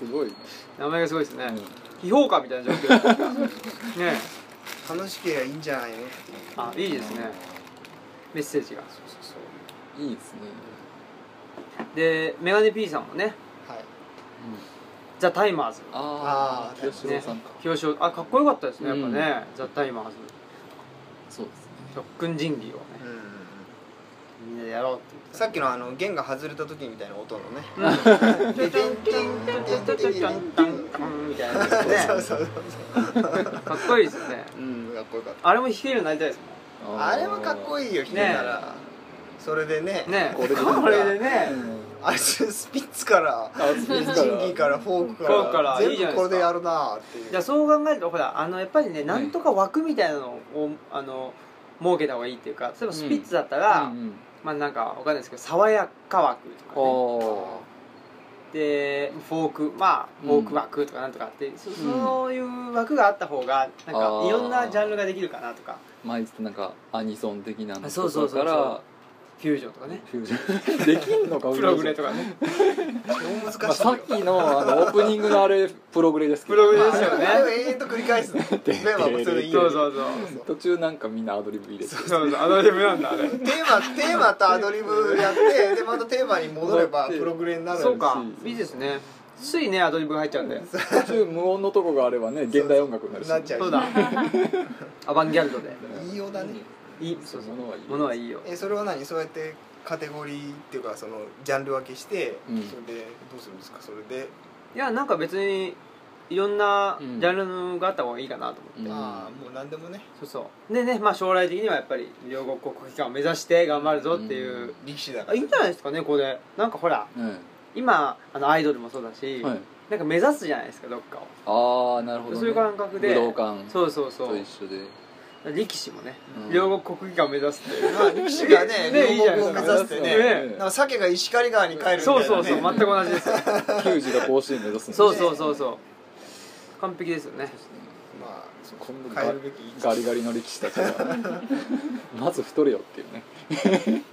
Speaker 1: すごいね
Speaker 2: 名前がすごいですね
Speaker 1: うん
Speaker 2: 批評家みたいな状況ね
Speaker 3: 楽しければいいんじゃないのっていう
Speaker 2: あいいですねメッセージが
Speaker 3: そうそうそう
Speaker 1: いいですね
Speaker 2: でメガネ P さんもね
Speaker 3: はい
Speaker 2: ザ・タイマーズ
Speaker 1: ああ
Speaker 3: あー
Speaker 1: 清志郎さんか
Speaker 2: 表彰あかっこよかったですねやっぱね、
Speaker 1: う
Speaker 2: ザ・タイマーズ
Speaker 1: そうですね
Speaker 2: 特訓仁義をね
Speaker 3: うんうんうん
Speaker 2: みんなでやろうって言って
Speaker 3: さっきのあの弦が外れた時みたいな音のね
Speaker 2: 「トゥトゥントゥントゥントゥントゥントゥントゥントゥン」みたいなやつです
Speaker 3: [laughs] そう
Speaker 2: ね
Speaker 3: そうそう
Speaker 2: かっこいいですね
Speaker 3: うんかっこよかった
Speaker 2: あれも弾けるようになりたいです
Speaker 3: あれはかっこ
Speaker 1: いい
Speaker 3: いいよ弾けたらそれでね
Speaker 2: もんね
Speaker 1: これで
Speaker 2: これでね
Speaker 3: あれスピッツから
Speaker 1: あス
Speaker 3: チ
Speaker 1: ピ
Speaker 3: ンギ
Speaker 1: ッツから
Speaker 3: ーからフォークか
Speaker 2: フォークかららいいじゃないで
Speaker 3: 全部
Speaker 2: すか
Speaker 3: これでやるなーっていう
Speaker 2: じゃあそう考えるとほらあのやっぱりねなんとか枠みたいなのをあの設けた方がいいっていうか例えばスピッツだったら、
Speaker 1: うん
Speaker 2: まあなんかわかんないですけど爽やか枠とか、ね、
Speaker 1: お
Speaker 2: でフォークまあ
Speaker 1: うん
Speaker 2: フォーク枠とかなんとかあって、そそういう枠があった方がなん
Speaker 1: あ
Speaker 2: か
Speaker 1: ー
Speaker 2: いろんなジャンルができるかなとか
Speaker 1: 前言ってたなんかアニソン的なの
Speaker 2: そうそ
Speaker 1: と
Speaker 2: うそ
Speaker 1: か
Speaker 2: うそう
Speaker 1: から
Speaker 2: フュージョンとかね
Speaker 1: フュージョンできんのか
Speaker 2: プログレとかね
Speaker 3: 超難しい
Speaker 1: まあ
Speaker 3: よ
Speaker 1: さっきのあのオープニングのあれプログレですけ
Speaker 2: プ
Speaker 1: ど
Speaker 2: ログレ
Speaker 3: ま
Speaker 2: で
Speaker 3: あ
Speaker 2: すよね
Speaker 3: あれを永遠と繰り返すねメンバーもそれでいい
Speaker 2: そう
Speaker 3: よ
Speaker 2: そうそう
Speaker 1: 途中なんかみんなアドリブ入れて
Speaker 2: そうそうアドリブなん
Speaker 1: [laughs]
Speaker 2: だあれ
Speaker 3: テーマテーマとアドリブやってでまたテーマに戻ればプログレになる
Speaker 2: そうか
Speaker 1: そう
Speaker 2: いいですねついねアドリブが入っちゃうんで
Speaker 1: 途中無音のとこがあればね現代音楽になるし
Speaker 3: なっちゃう
Speaker 2: そうだ [laughs] アバンギャルドで
Speaker 3: 言いようだね
Speaker 2: いい
Speaker 1: そ
Speaker 2: そうう
Speaker 1: そ
Speaker 2: そうう
Speaker 1: ものはいい
Speaker 2: ものはいいよ
Speaker 3: えそれは何そうやってカテゴリーっていうかそのジャンル分けして、
Speaker 1: うん
Speaker 3: それでどうするんですかそれで、
Speaker 2: いやなんか別にいろんなジャンルがあった方がいいかなと思っ
Speaker 1: う
Speaker 2: て、
Speaker 1: ん
Speaker 3: ああもう何でもね
Speaker 2: そうそうでねまあ将来的にはやっぱり両国国技館を目指して頑張るぞっていう、
Speaker 3: 力士だか
Speaker 2: あ
Speaker 3: ら
Speaker 2: いいんじゃないですかねこれなんかほら
Speaker 1: う
Speaker 2: 今あのアイドルもそうだし、
Speaker 1: んはい
Speaker 2: なんか目指すじゃないですかどっかを
Speaker 1: ああなるほどね
Speaker 2: そういう感覚で
Speaker 1: 武道館
Speaker 2: そうそうそ
Speaker 1: と
Speaker 2: う
Speaker 1: 一緒で
Speaker 2: 力士もね、
Speaker 1: うん
Speaker 2: 両国国技館を目指すっていう
Speaker 3: まあ力士がね
Speaker 2: ねいいじ
Speaker 3: 両
Speaker 2: ゃないで
Speaker 3: 国を
Speaker 2: す
Speaker 3: 目
Speaker 2: か
Speaker 3: 指してね
Speaker 2: ね
Speaker 3: なんか鮭が石狩川に帰るみたいな、ね、
Speaker 2: そうそう [laughs] そう全く同じですよ
Speaker 1: 球児が甲子園目指すんです
Speaker 2: そうそうそうそう完璧ですよね
Speaker 3: まあそこ
Speaker 1: 今度
Speaker 3: 変え
Speaker 1: ガ
Speaker 3: るべき
Speaker 1: ガリガリの力士たちが [laughs] まず太れよっていうね [laughs]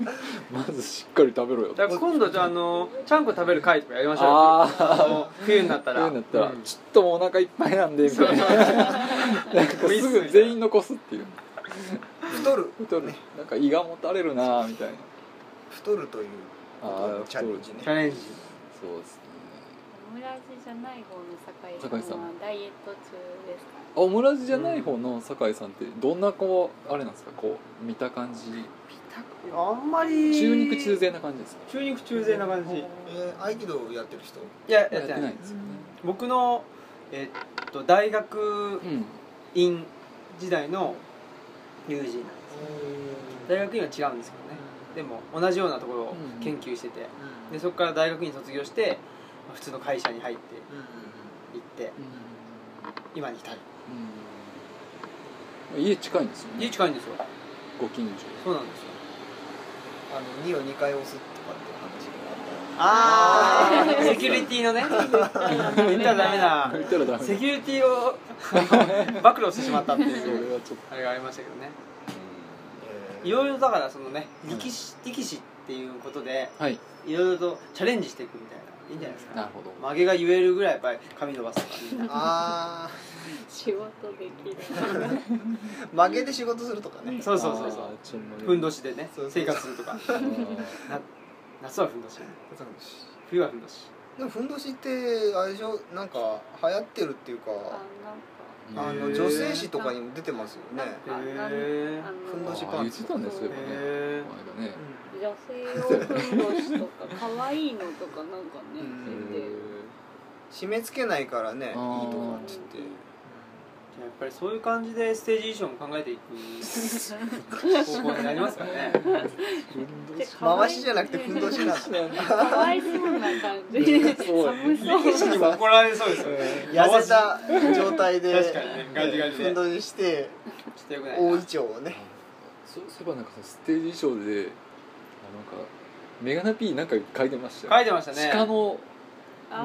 Speaker 1: まずしっかり食べろよって
Speaker 2: だから今度じゃああのちゃんこ食べる会とかやりましょうよ
Speaker 1: あ
Speaker 2: あの冬になったら
Speaker 1: 冬になったら、
Speaker 2: うん
Speaker 1: ちょっともうお腹いっぱいなんでみたいななんかすぐ全員残すっていう
Speaker 3: 太る
Speaker 1: 太るなんか胃がもたれるなみたいな
Speaker 3: 太るという
Speaker 1: ああ
Speaker 3: チャレンジ
Speaker 1: そう
Speaker 3: ね
Speaker 2: チャレンジ
Speaker 1: そうですね
Speaker 4: オムラジじゃない方の酒井さんはダイエット中ですか
Speaker 1: あオムラジじゃない方の酒井さんってどんなこうあれなんですかこう見た感じ
Speaker 2: あんまり
Speaker 1: 中肉中背な感じですか
Speaker 2: 中肉中背な感じい
Speaker 3: えー合気道やってる人
Speaker 2: やや
Speaker 1: や
Speaker 2: っ
Speaker 1: ってて
Speaker 2: な
Speaker 1: ないいんですよね
Speaker 2: 僕のえっと大学
Speaker 1: うん
Speaker 2: 院時代の友人なんです大学院は違うんですけどねでも同じようなところを研究しててでそこから大学院卒業してまあ普通の会社に入って
Speaker 3: うんう
Speaker 2: い
Speaker 3: ん
Speaker 2: って今に至る
Speaker 1: うん家近いんですよ
Speaker 2: 家
Speaker 1: ね
Speaker 2: 近いんですよ
Speaker 1: ご近所
Speaker 2: そうなんですよ
Speaker 3: あの2を2回押すとかっていう話
Speaker 2: ああセキュリティ [laughs] のね言ったらダメな
Speaker 1: 言ったらダメだ
Speaker 2: セキュリティを [laughs] 暴露してしまったって
Speaker 1: それ
Speaker 2: いう
Speaker 1: はちょっ
Speaker 2: あれがありましたけどね
Speaker 3: があった
Speaker 2: いろいろだからそのね力士力士っていうことで
Speaker 1: とはい
Speaker 2: いろいろとチャレンジしていくみたいないいんじゃないですか
Speaker 1: なるほど
Speaker 2: 曲げが言えるぐらいやっぱり髪伸ばすとかみんな
Speaker 3: あ
Speaker 4: 仕事できる
Speaker 3: あ曲げで仕事するとかね
Speaker 2: そうそうそうそう
Speaker 1: う
Speaker 2: ふん
Speaker 1: 動
Speaker 2: どしでね
Speaker 3: そうそう
Speaker 2: 生活するとかな夏はふんどし冬はふんどし
Speaker 3: でもふんどしってあれでしょなんか流行ってるっていうか
Speaker 4: あ
Speaker 3: あの
Speaker 2: へー
Speaker 3: 女性誌とかにも出てますよね
Speaker 4: なんかなんかあ
Speaker 2: へー
Speaker 4: あの
Speaker 3: ふんどし
Speaker 1: あ言ってたんですよ
Speaker 2: へ
Speaker 1: ね
Speaker 2: え
Speaker 1: この間ね
Speaker 4: 女性用ふんどしとか可愛いのとかなんかね
Speaker 3: うん
Speaker 4: 出てる
Speaker 3: 締め付けないからねいいと
Speaker 1: あー
Speaker 3: かっつって
Speaker 2: やっぱりそういう感じでステージ衣装も考えていく方向になりますからね
Speaker 3: 回しじゃなくてふんどしなんだ
Speaker 4: かわいそうな感じ寒 [laughs] そう
Speaker 2: 力士にも怒られそうですよね
Speaker 3: 痩せた状態で
Speaker 2: 確かにねガジガジで
Speaker 3: ふんどしして
Speaker 2: ちょっとよくない
Speaker 3: 大
Speaker 2: な
Speaker 3: イチョウをね
Speaker 1: そうそういえばなんかさステージ衣装であなんかメガナ P なんか書いてましたよ
Speaker 2: 書いてましたね
Speaker 1: 鹿の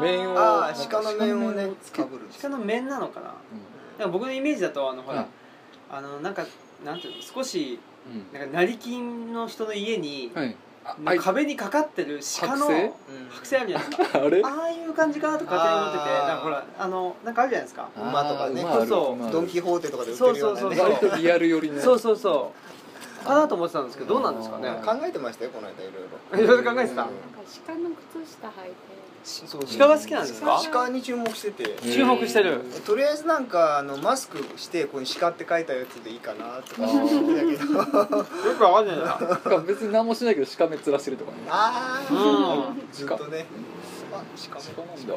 Speaker 1: 面を
Speaker 3: あ
Speaker 4: ー
Speaker 3: あ鹿の面をね
Speaker 1: つけ
Speaker 3: か
Speaker 1: て
Speaker 3: ぶるんです
Speaker 2: 鹿の面なのかななんか僕のイメージだとあのほら、あのなんかなんていうの少し
Speaker 1: う
Speaker 2: なんか成金の人の家に、
Speaker 1: んはいあ
Speaker 2: なん
Speaker 1: あい
Speaker 2: か壁にかかってる鹿の
Speaker 1: 剥製
Speaker 3: うん
Speaker 2: 白線あるじゃないですか
Speaker 1: [laughs] あれ
Speaker 2: ああいう感じかなと勝手に思ってて
Speaker 3: あー
Speaker 2: なんかほらあのなんかあるじゃないですか
Speaker 3: 馬とかね
Speaker 1: あー馬ある
Speaker 2: そうそう
Speaker 1: 馬ある
Speaker 3: ドン・キホーテとかで売ってるようなね
Speaker 2: そうそう
Speaker 1: 割とリアル寄りの
Speaker 2: そうそうそうかなと思ってたんですけどどうなんですかね
Speaker 1: あ
Speaker 3: 考えてましたよこの間いろいろ
Speaker 2: いろいろ考えてた
Speaker 4: なんか鹿の靴下履い
Speaker 3: そう
Speaker 2: 鹿が好きなんですか
Speaker 4: 鹿
Speaker 3: 鹿に注目してて
Speaker 1: へー
Speaker 2: 注目してる
Speaker 3: とりあえずなんかあのマスクしてここに鹿って書いたやつでいいかなとか
Speaker 1: あー
Speaker 3: 思ってたけど
Speaker 2: [laughs] よくわかんないな
Speaker 1: なんか別に何もしないけど鹿目つらしてるとかね
Speaker 3: ああ
Speaker 2: うん
Speaker 3: ずっとねあ鹿
Speaker 1: 鹿
Speaker 3: も
Speaker 1: なんだあ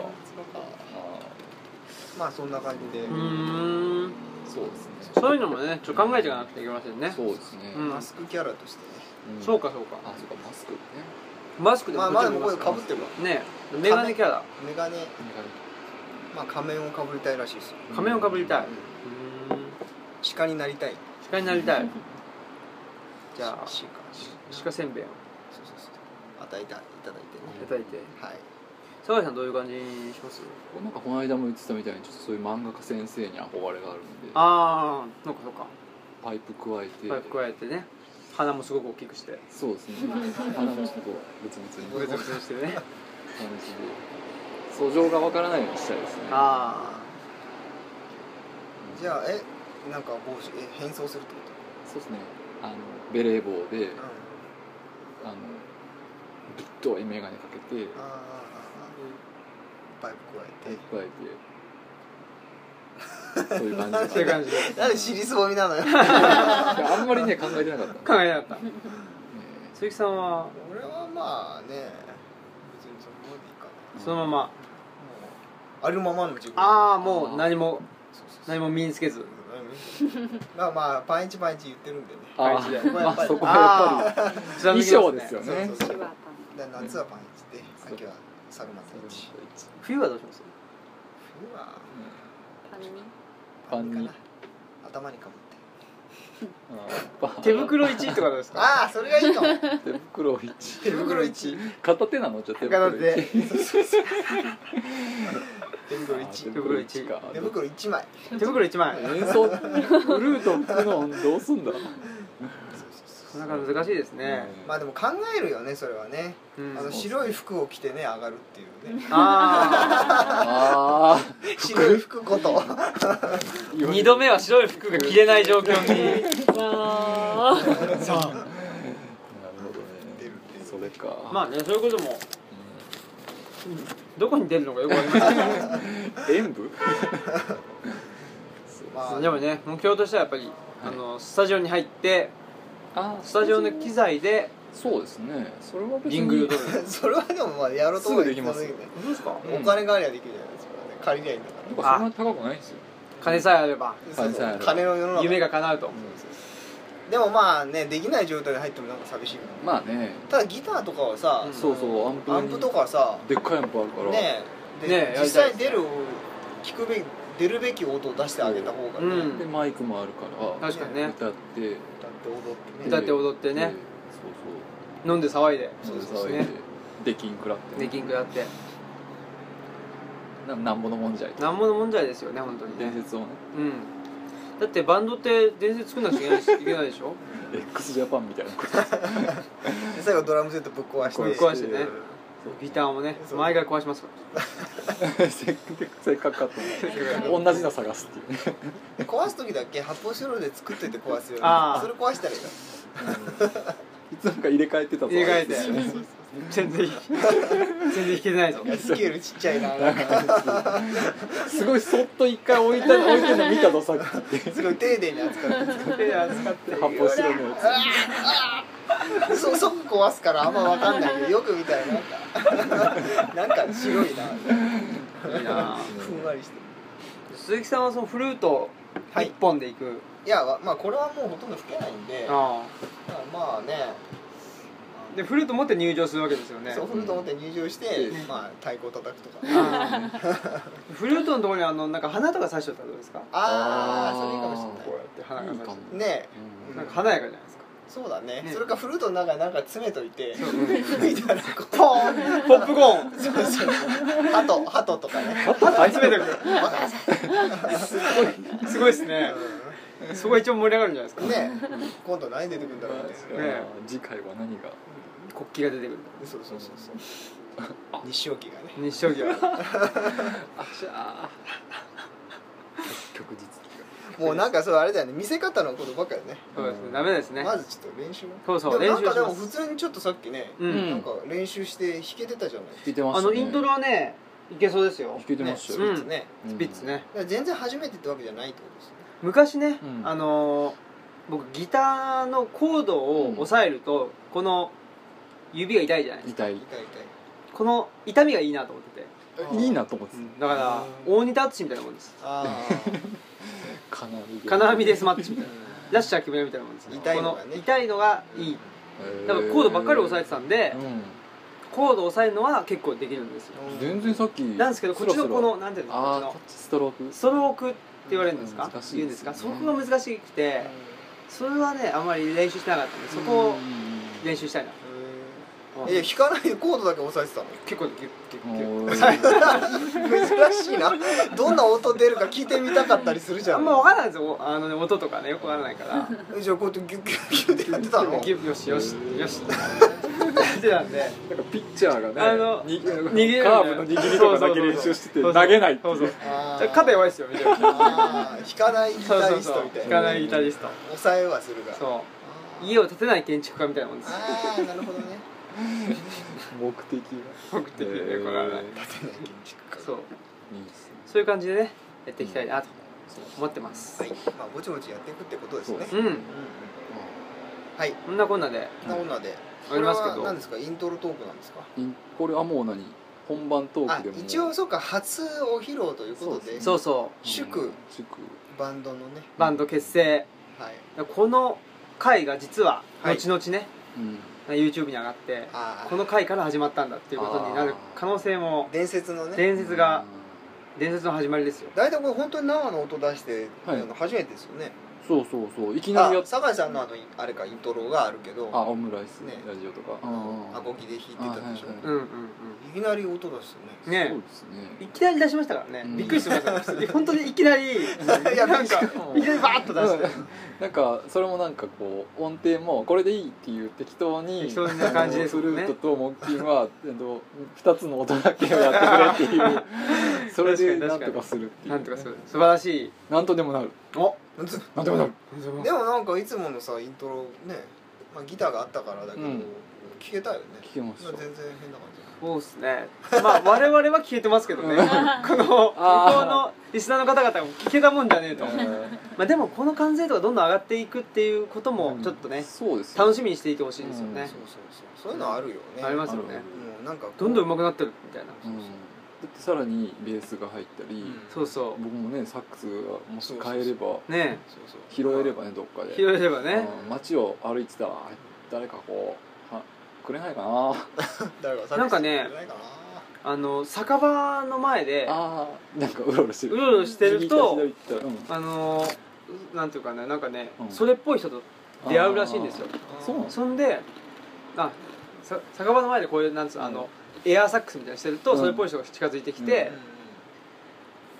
Speaker 3: まあそんな感じで
Speaker 2: うーん
Speaker 1: ーそうですね
Speaker 2: そういうのもねちょっと考えていかなくていけませんね
Speaker 1: そうですね
Speaker 2: うん
Speaker 3: マスクキャラとして
Speaker 1: ん
Speaker 2: そうかそうか
Speaker 1: あそうかマスクね
Speaker 2: マスク
Speaker 3: ね
Speaker 2: で
Speaker 3: まあ
Speaker 2: も
Speaker 3: ま
Speaker 2: か
Speaker 3: だ
Speaker 2: ぶ
Speaker 3: こ
Speaker 2: って
Speaker 3: こ
Speaker 2: ます
Speaker 3: で
Speaker 2: から
Speaker 3: かぶっても
Speaker 2: ねメガネキャラ
Speaker 3: メガネまあ仮面をかぶりたいらしいですよ
Speaker 2: 仮面をかぶりたい
Speaker 3: うん
Speaker 2: うーん
Speaker 3: 鹿になりたい
Speaker 2: 鹿になりたいじ
Speaker 3: じゃ
Speaker 2: ゃ
Speaker 3: あ
Speaker 2: あ
Speaker 3: 鹿
Speaker 2: 鹿せんべいをい
Speaker 3: そうそうそう与えていただいてね
Speaker 2: ただいて
Speaker 3: はい
Speaker 2: 酒井さんどういう感じにします
Speaker 1: なんかこの間も言ってたみたいにちょっとそういう漫画家先生に憧れがあるんで
Speaker 2: ああそうかそうか
Speaker 1: パイプ加えて
Speaker 2: 早く加えてね鼻もすごく大きくして
Speaker 1: そうですね鼻もちょっと別々に
Speaker 2: ブツブツにして
Speaker 3: [laughs]
Speaker 2: ね
Speaker 1: 感じで訴状がわからないようにしたいですね
Speaker 2: あ
Speaker 3: じゃあえなんか帽子え変装するってこ
Speaker 1: そうですねあのベレー帽で
Speaker 3: とうん
Speaker 1: あのぶっとい眼鏡かけて
Speaker 3: あああああパイプ加えて
Speaker 1: 加えてそういう感じ
Speaker 2: あそういう感じで
Speaker 3: なんで尻すぼみなのよ
Speaker 1: いやあんまりね考えてなかったんで
Speaker 2: 考えなかった
Speaker 1: え
Speaker 2: 鈴木さんは
Speaker 3: 俺はまあね別にそこまでいいかな
Speaker 1: ー
Speaker 2: そのまま
Speaker 3: もうあるままの自分
Speaker 2: ああもう何も
Speaker 3: そうそうそう
Speaker 2: 何も身につけず
Speaker 3: まあまあパンイチパンイチ言ってるんでね
Speaker 1: あ
Speaker 2: 感じで
Speaker 1: ーまあそこはやっぱ
Speaker 2: ああ [laughs]
Speaker 1: り衣装ですよね
Speaker 3: そうそう
Speaker 4: てる
Speaker 3: そう
Speaker 4: 柴田の
Speaker 3: で夏はパンイチで
Speaker 1: そう
Speaker 3: 秋はサルマパンイチ
Speaker 2: 冬はどうします
Speaker 3: 冬は
Speaker 4: パンに
Speaker 3: パ
Speaker 1: パ
Speaker 3: ンか
Speaker 1: ン
Speaker 3: な頭にかぶって
Speaker 2: [laughs] 手袋1とかどうですか
Speaker 3: ああそれがいいかも
Speaker 1: 手袋一
Speaker 3: 手袋一
Speaker 1: 片手なのじゃあ手
Speaker 2: 片
Speaker 1: 袋
Speaker 2: 手
Speaker 1: 一手
Speaker 3: 手袋一
Speaker 1: 袋一か
Speaker 3: 手袋一枚
Speaker 2: 手袋1枚
Speaker 1: 演奏フルート吹くのどうすんだ
Speaker 2: なかなか難しいですね
Speaker 3: まあでも考えるよねそれはね
Speaker 2: うん
Speaker 3: あの白い服を着てね上がるっていうね
Speaker 2: あ
Speaker 1: あ
Speaker 3: 白い服こと
Speaker 1: あ
Speaker 2: あ2度目は白い服が着れない状況に
Speaker 4: わー
Speaker 1: なるほど
Speaker 3: 出る
Speaker 1: ね
Speaker 3: っていう
Speaker 1: それか
Speaker 2: [laughs] まあねそういうこともどこに出るのかよくわかりま [laughs] せん
Speaker 1: うん演舞
Speaker 3: ま
Speaker 2: [laughs]
Speaker 3: あ
Speaker 2: でもね目標としてはやっぱり、あのスタジオに入って
Speaker 1: あ
Speaker 2: スタジオの機材で
Speaker 1: そうですねそれは別に
Speaker 2: リングルを取る
Speaker 3: それはでもまあやろうと思えば
Speaker 1: すぐできますよ
Speaker 3: いつでもできるね
Speaker 2: そうですか
Speaker 1: うん
Speaker 3: お金がありゃできるじゃないですか、借りりゃいいんだから
Speaker 1: なんかそんな高くないんですよ
Speaker 2: 金さえあれば
Speaker 1: 金さえあれば
Speaker 3: 金の世の中
Speaker 2: 夢が叶うと、
Speaker 3: でもまあねできない状態で入ってもなんか寂しいよね
Speaker 1: まあね
Speaker 3: ただギターとかはさ、
Speaker 2: うん
Speaker 1: そうそうアンプ
Speaker 3: アンプとかさ
Speaker 1: でっかいアンプあるから
Speaker 3: ねえで
Speaker 2: ねえやり
Speaker 3: 実
Speaker 2: たい
Speaker 3: 際出る聞くべき出るべき音を出してあげた方がね、
Speaker 2: うん
Speaker 1: でマイクもあるから
Speaker 2: 確かにね
Speaker 1: 歌って
Speaker 3: だって踊ってね
Speaker 2: 歌って踊ってね
Speaker 1: そう
Speaker 2: 飲んで騒いで
Speaker 1: そう
Speaker 3: そうそう
Speaker 1: 騒いでできんくらってね
Speaker 2: ネキングやって
Speaker 1: ななんぼのもんじゃい
Speaker 2: なんぼのもんじゃないですよね本当にね
Speaker 1: 伝説をね
Speaker 2: うんだってバンドって伝説作んなくちゃいけないしいけないでしょ
Speaker 1: x ジャパンみたいなこと
Speaker 3: で最後ドラムセットぶっ壊して
Speaker 2: ぶっ壊してね
Speaker 3: うん
Speaker 2: ギターもね
Speaker 3: そう
Speaker 2: 毎回壊しますから
Speaker 1: せっせっかく買ったのに同じの探すっていうね
Speaker 3: で壊す時だけ発泡スチロールで作っといて壊すよ、ね、
Speaker 2: あー
Speaker 3: それ壊したらいいか
Speaker 1: いつなんか入れ替えてたぞ
Speaker 2: 入れ替えて
Speaker 1: あいつ
Speaker 2: 全然全然弾けてないぞ
Speaker 3: らスケールちっちゃいな
Speaker 1: なんかすごいそっと一回置い
Speaker 2: [laughs]
Speaker 1: た置いてるの見たぞさっきって
Speaker 3: すごい丁寧に扱う
Speaker 2: 手で扱って
Speaker 1: 発泡スチロールのや
Speaker 3: そ即壊すからあんま分かんないけどよく見たら
Speaker 2: [laughs]
Speaker 3: なんかなんか白いない
Speaker 2: いなぁ
Speaker 3: ふんわりして
Speaker 2: 鈴木さんはそのフルート
Speaker 3: はい
Speaker 2: 一本でいく、
Speaker 3: いやまあこれはもうほとんど吹けないんで
Speaker 2: あ
Speaker 3: まあね
Speaker 2: あでフルート持って入場するわけですよね
Speaker 3: そう振ると思って入場して、
Speaker 1: うん
Speaker 3: まあ太鼓叩くとか
Speaker 2: ああフルートのところにあのなんか花とか刺しとったらどうですか
Speaker 1: あ
Speaker 3: ああ
Speaker 1: ー
Speaker 3: それいいかもし
Speaker 2: こうやって花が刺しとっ
Speaker 1: いいか
Speaker 2: て
Speaker 1: も
Speaker 3: れないね
Speaker 1: つ
Speaker 2: なんか華やかじゃないですか
Speaker 3: そうだね
Speaker 2: ね
Speaker 3: それかフルートの中になんか詰めといて
Speaker 2: うん
Speaker 3: 吹いたらこう
Speaker 2: ポーンポップコーン
Speaker 3: そうそう鳩鳩とかね
Speaker 2: 集めてくるすごいですねそこが一番盛り上がるんじゃないですか
Speaker 3: ね今度何出てくるんだろうね
Speaker 2: ね
Speaker 1: 次回は何が
Speaker 2: 国旗が出てくる
Speaker 3: そうそうそうそう西沖がね
Speaker 2: 日照儀は
Speaker 1: 曲実
Speaker 3: もうなんかそうあれだよね見せ方のことばっかりね
Speaker 2: そうですねダメですね
Speaker 3: まずちょっと練習を
Speaker 2: そうそう
Speaker 3: でもなんか
Speaker 2: 練習
Speaker 3: で
Speaker 2: しま
Speaker 3: も
Speaker 2: す
Speaker 3: 普通にちょっとさっきね、
Speaker 2: うん
Speaker 3: なんか練習して弾けてたじゃない
Speaker 1: 聞いてま
Speaker 2: あ
Speaker 1: した
Speaker 2: の
Speaker 1: ね
Speaker 2: イントロはねいけそうですよ
Speaker 1: 聞いてまし
Speaker 3: す
Speaker 1: た
Speaker 3: ね
Speaker 1: よ
Speaker 2: うん
Speaker 3: スピッツね、
Speaker 1: うん
Speaker 2: スピッツね
Speaker 3: だから全然初めてってわけじゃないってことですね
Speaker 2: 昔ね、
Speaker 1: うん
Speaker 2: あのー僕ギターのコードを押さえると、この指が痛いじゃないですか
Speaker 1: 痛い
Speaker 3: 痛い痛い
Speaker 2: この痛みがいいなと思ってて、
Speaker 3: あー
Speaker 1: いいなと思って
Speaker 2: だから
Speaker 3: うん
Speaker 2: 大仁田淳みたいなもんです
Speaker 3: あ
Speaker 1: た金網
Speaker 2: 金網でスマッチみたいな
Speaker 3: あ
Speaker 2: ラッシャー木村みたいなもんです
Speaker 3: 痛いのがね
Speaker 2: この痛いのがいいだからコードばっかり押さえてたんで、コード押さえるのは結構できるんですよ、
Speaker 1: うん全然さっき
Speaker 2: なんですけどこっちのこのなんていうのこっ
Speaker 1: あ
Speaker 2: ち
Speaker 1: あ
Speaker 2: の
Speaker 1: こっちストローク
Speaker 2: ストロークって言われるんですか、
Speaker 1: うん難しいですね
Speaker 2: 言うんですかそこが難しくて、それはねあんまり練習してなかったんでそこを練習したいな、うん
Speaker 3: いや弾かないでコードだけ押さえてたの
Speaker 2: 結構ギュッギュッギュッ
Speaker 3: 珍しいなどんな音出るか聞いてみたかったりするじゃ
Speaker 2: あ
Speaker 3: ん
Speaker 2: んま分からないんですよあの、ね、音とかねよく分からないから
Speaker 3: えじゃあこうやってギュッギュッギュッってやってたの
Speaker 2: ギュッよしよしよしってなんで
Speaker 1: なんかピッチャーがね
Speaker 2: あの
Speaker 1: に
Speaker 2: 逃げ
Speaker 1: [laughs]
Speaker 2: る
Speaker 1: カーブの握りとかだけ練習してて投げないってい
Speaker 2: そう
Speaker 1: う
Speaker 2: そう
Speaker 3: あー
Speaker 2: 肩弱いですよみたいな
Speaker 3: あー弾かないギ
Speaker 2: そう
Speaker 3: タ
Speaker 2: そう
Speaker 3: リス
Speaker 2: そ
Speaker 3: ト
Speaker 2: う
Speaker 3: みた
Speaker 2: 弾
Speaker 3: いな
Speaker 2: かないギタリスト
Speaker 3: 抑えはするが
Speaker 2: そ
Speaker 3: あ
Speaker 2: う
Speaker 3: ー
Speaker 2: 家を建てない建築家みたいなもんです
Speaker 3: ああなるほどね
Speaker 1: 目的
Speaker 2: 僕的にねこれはね
Speaker 3: 立てない建築家
Speaker 2: そう
Speaker 1: がいいですね
Speaker 2: そういう感じでねやっていきたいなと思ってます
Speaker 3: はいまあぼちぼちやっていくってことですね
Speaker 1: そう
Speaker 3: うん
Speaker 2: ん
Speaker 3: うんはい
Speaker 2: こんなこんなで
Speaker 3: そんなこんなで
Speaker 2: ありますけど
Speaker 3: これは何ですかイントロトークなんですか
Speaker 1: インこれはもう何本番トー
Speaker 3: あ
Speaker 1: クでも
Speaker 3: 一応そうか初お披露ということで
Speaker 2: そうそ
Speaker 3: 祝
Speaker 1: 祝
Speaker 3: バンドのね
Speaker 2: うバンド結成
Speaker 3: はい
Speaker 2: この回が実は
Speaker 3: はい
Speaker 2: 後々ね、
Speaker 1: うん
Speaker 2: YouTube に上がって
Speaker 3: あー
Speaker 2: この回から始まったんだっていうことになる可能性も
Speaker 3: 伝説のね
Speaker 2: 伝説が伝説の始まりですよ
Speaker 3: 大体これ本当に生の音出してあ
Speaker 1: はい
Speaker 3: の初めてですよね
Speaker 1: そうそうそういきな
Speaker 3: あ
Speaker 1: りやっ
Speaker 3: 酒井さんのあのあれかイントロがあるけど
Speaker 1: あオムライス
Speaker 3: ね
Speaker 1: ラジオとか
Speaker 3: アコギで弾いてたでしょ
Speaker 1: あはいはい
Speaker 2: うんうん
Speaker 3: いきなり音出す
Speaker 2: うん
Speaker 3: よね
Speaker 1: そ
Speaker 2: ね
Speaker 1: うです
Speaker 2: い
Speaker 1: ね
Speaker 2: きなり出しましたからね、
Speaker 1: うん
Speaker 2: びっくりしてましたね本当 [laughs] にいきなり
Speaker 3: いや
Speaker 2: なんか
Speaker 3: び
Speaker 2: い
Speaker 3: っ
Speaker 2: きなりバーッと出して
Speaker 1: なんかそれもなんかこう音程もこれでいいっていう適当に
Speaker 2: 適当な感じです
Speaker 1: フ
Speaker 2: もん
Speaker 1: ルー
Speaker 2: ね
Speaker 1: トと木琴はえっと2つの音だけをやってくれっていう
Speaker 2: [laughs]
Speaker 1: それでなんとかするっていう
Speaker 2: なんとかする素晴らしい
Speaker 1: なんとでもなる
Speaker 2: お
Speaker 3: ず
Speaker 1: なんとでもなる
Speaker 3: でもなんかいつものさイントロね、まあ、ギターがあったからだけど、
Speaker 1: うん
Speaker 3: 聞けたよね
Speaker 1: 聞けました
Speaker 3: まあ全然変な感じ
Speaker 2: そうっすねまあ我々は消えてますけどね [laughs] この向こ
Speaker 1: あー
Speaker 2: うのリスナーの方々も聞けたもんじゃねえと
Speaker 1: う
Speaker 2: まあでもこの完成度がどんどん上がっていくっていうこともちょっとね、
Speaker 1: そうです
Speaker 2: 楽し
Speaker 1: み
Speaker 2: みにしていてほしいですよね
Speaker 3: そう、そうそうそういうのあるよね、
Speaker 2: ありますよね
Speaker 3: もうなんかこう
Speaker 2: どんどん上手くなってるみたいな、
Speaker 1: だってさらにベースが入ったり、
Speaker 3: うん
Speaker 2: そうそ
Speaker 1: 僕もねサックスがもし変えれば
Speaker 2: うね
Speaker 3: そうそう
Speaker 1: 拾えればねどっかで
Speaker 2: え拾えればね
Speaker 1: うん街を歩いてたらあ誰かこうはくれないかな
Speaker 3: 誰か
Speaker 2: なんかね
Speaker 3: 作詞してくれないか
Speaker 2: あの酒場の前で
Speaker 1: あーなんかうろうろしてる
Speaker 2: うろうろしてると
Speaker 1: 右行った左行った
Speaker 2: あのうなんていうかねなんかね、
Speaker 1: うん
Speaker 2: それっぽい人と
Speaker 1: うん
Speaker 2: 出会うらしいんですよ
Speaker 3: な
Speaker 1: そうなの
Speaker 2: そんであさ酒場の前でこういうなんつうのあの、エアーサックスみたいにしてると、
Speaker 1: うん
Speaker 2: それっぽい人が近づいてき
Speaker 1: う
Speaker 2: て
Speaker 3: うん、じ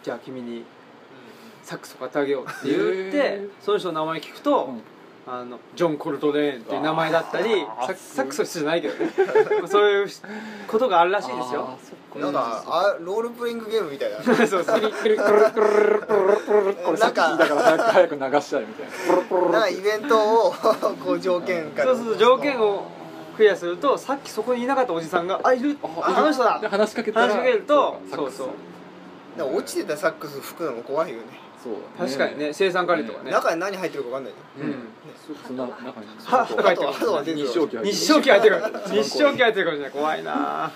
Speaker 2: じゃあ君に
Speaker 3: ゃ
Speaker 2: サックスを買ってあげようって言って、
Speaker 1: へー
Speaker 2: その人の名前聞くと、
Speaker 1: うん
Speaker 2: あのジョン・コルトレーンっていう名前だったり
Speaker 1: あー
Speaker 2: サッ
Speaker 1: す
Speaker 2: サックソじゃないけどね [laughs] そういうことがあるらしいです
Speaker 1: [laughs]
Speaker 2: よ
Speaker 1: あーそっか
Speaker 3: なんかあロールプレイングゲームみたいな
Speaker 2: そう
Speaker 1: くるくるくるくるくるくるくるこれさっき聞いたから早く早く流したいみたいなプルプル
Speaker 3: なんかイベントをこう条件か
Speaker 2: そ
Speaker 3: ら
Speaker 2: うそうそう条件をクリアするとさっきそこにいなかったおじさんが「あいるああの人だ
Speaker 1: で話しかけたら
Speaker 2: 話しかけると
Speaker 1: そうかサックス
Speaker 2: そう
Speaker 3: だから落ちてたサックス吹くのも怖いよね
Speaker 1: そうだね
Speaker 2: 確かにね生産カレーとかね
Speaker 3: 中に何入ってるか分かんないじ
Speaker 1: うんそそんな中に
Speaker 2: は
Speaker 1: そ
Speaker 2: と
Speaker 1: う
Speaker 2: か
Speaker 1: か
Speaker 2: 入
Speaker 3: ゃんあ
Speaker 2: って
Speaker 3: と
Speaker 2: く
Speaker 3: はあとは出て
Speaker 1: 日
Speaker 3: る
Speaker 1: 照機入って
Speaker 2: 日照機入ってるから日照機入ってるかもしれない怖いな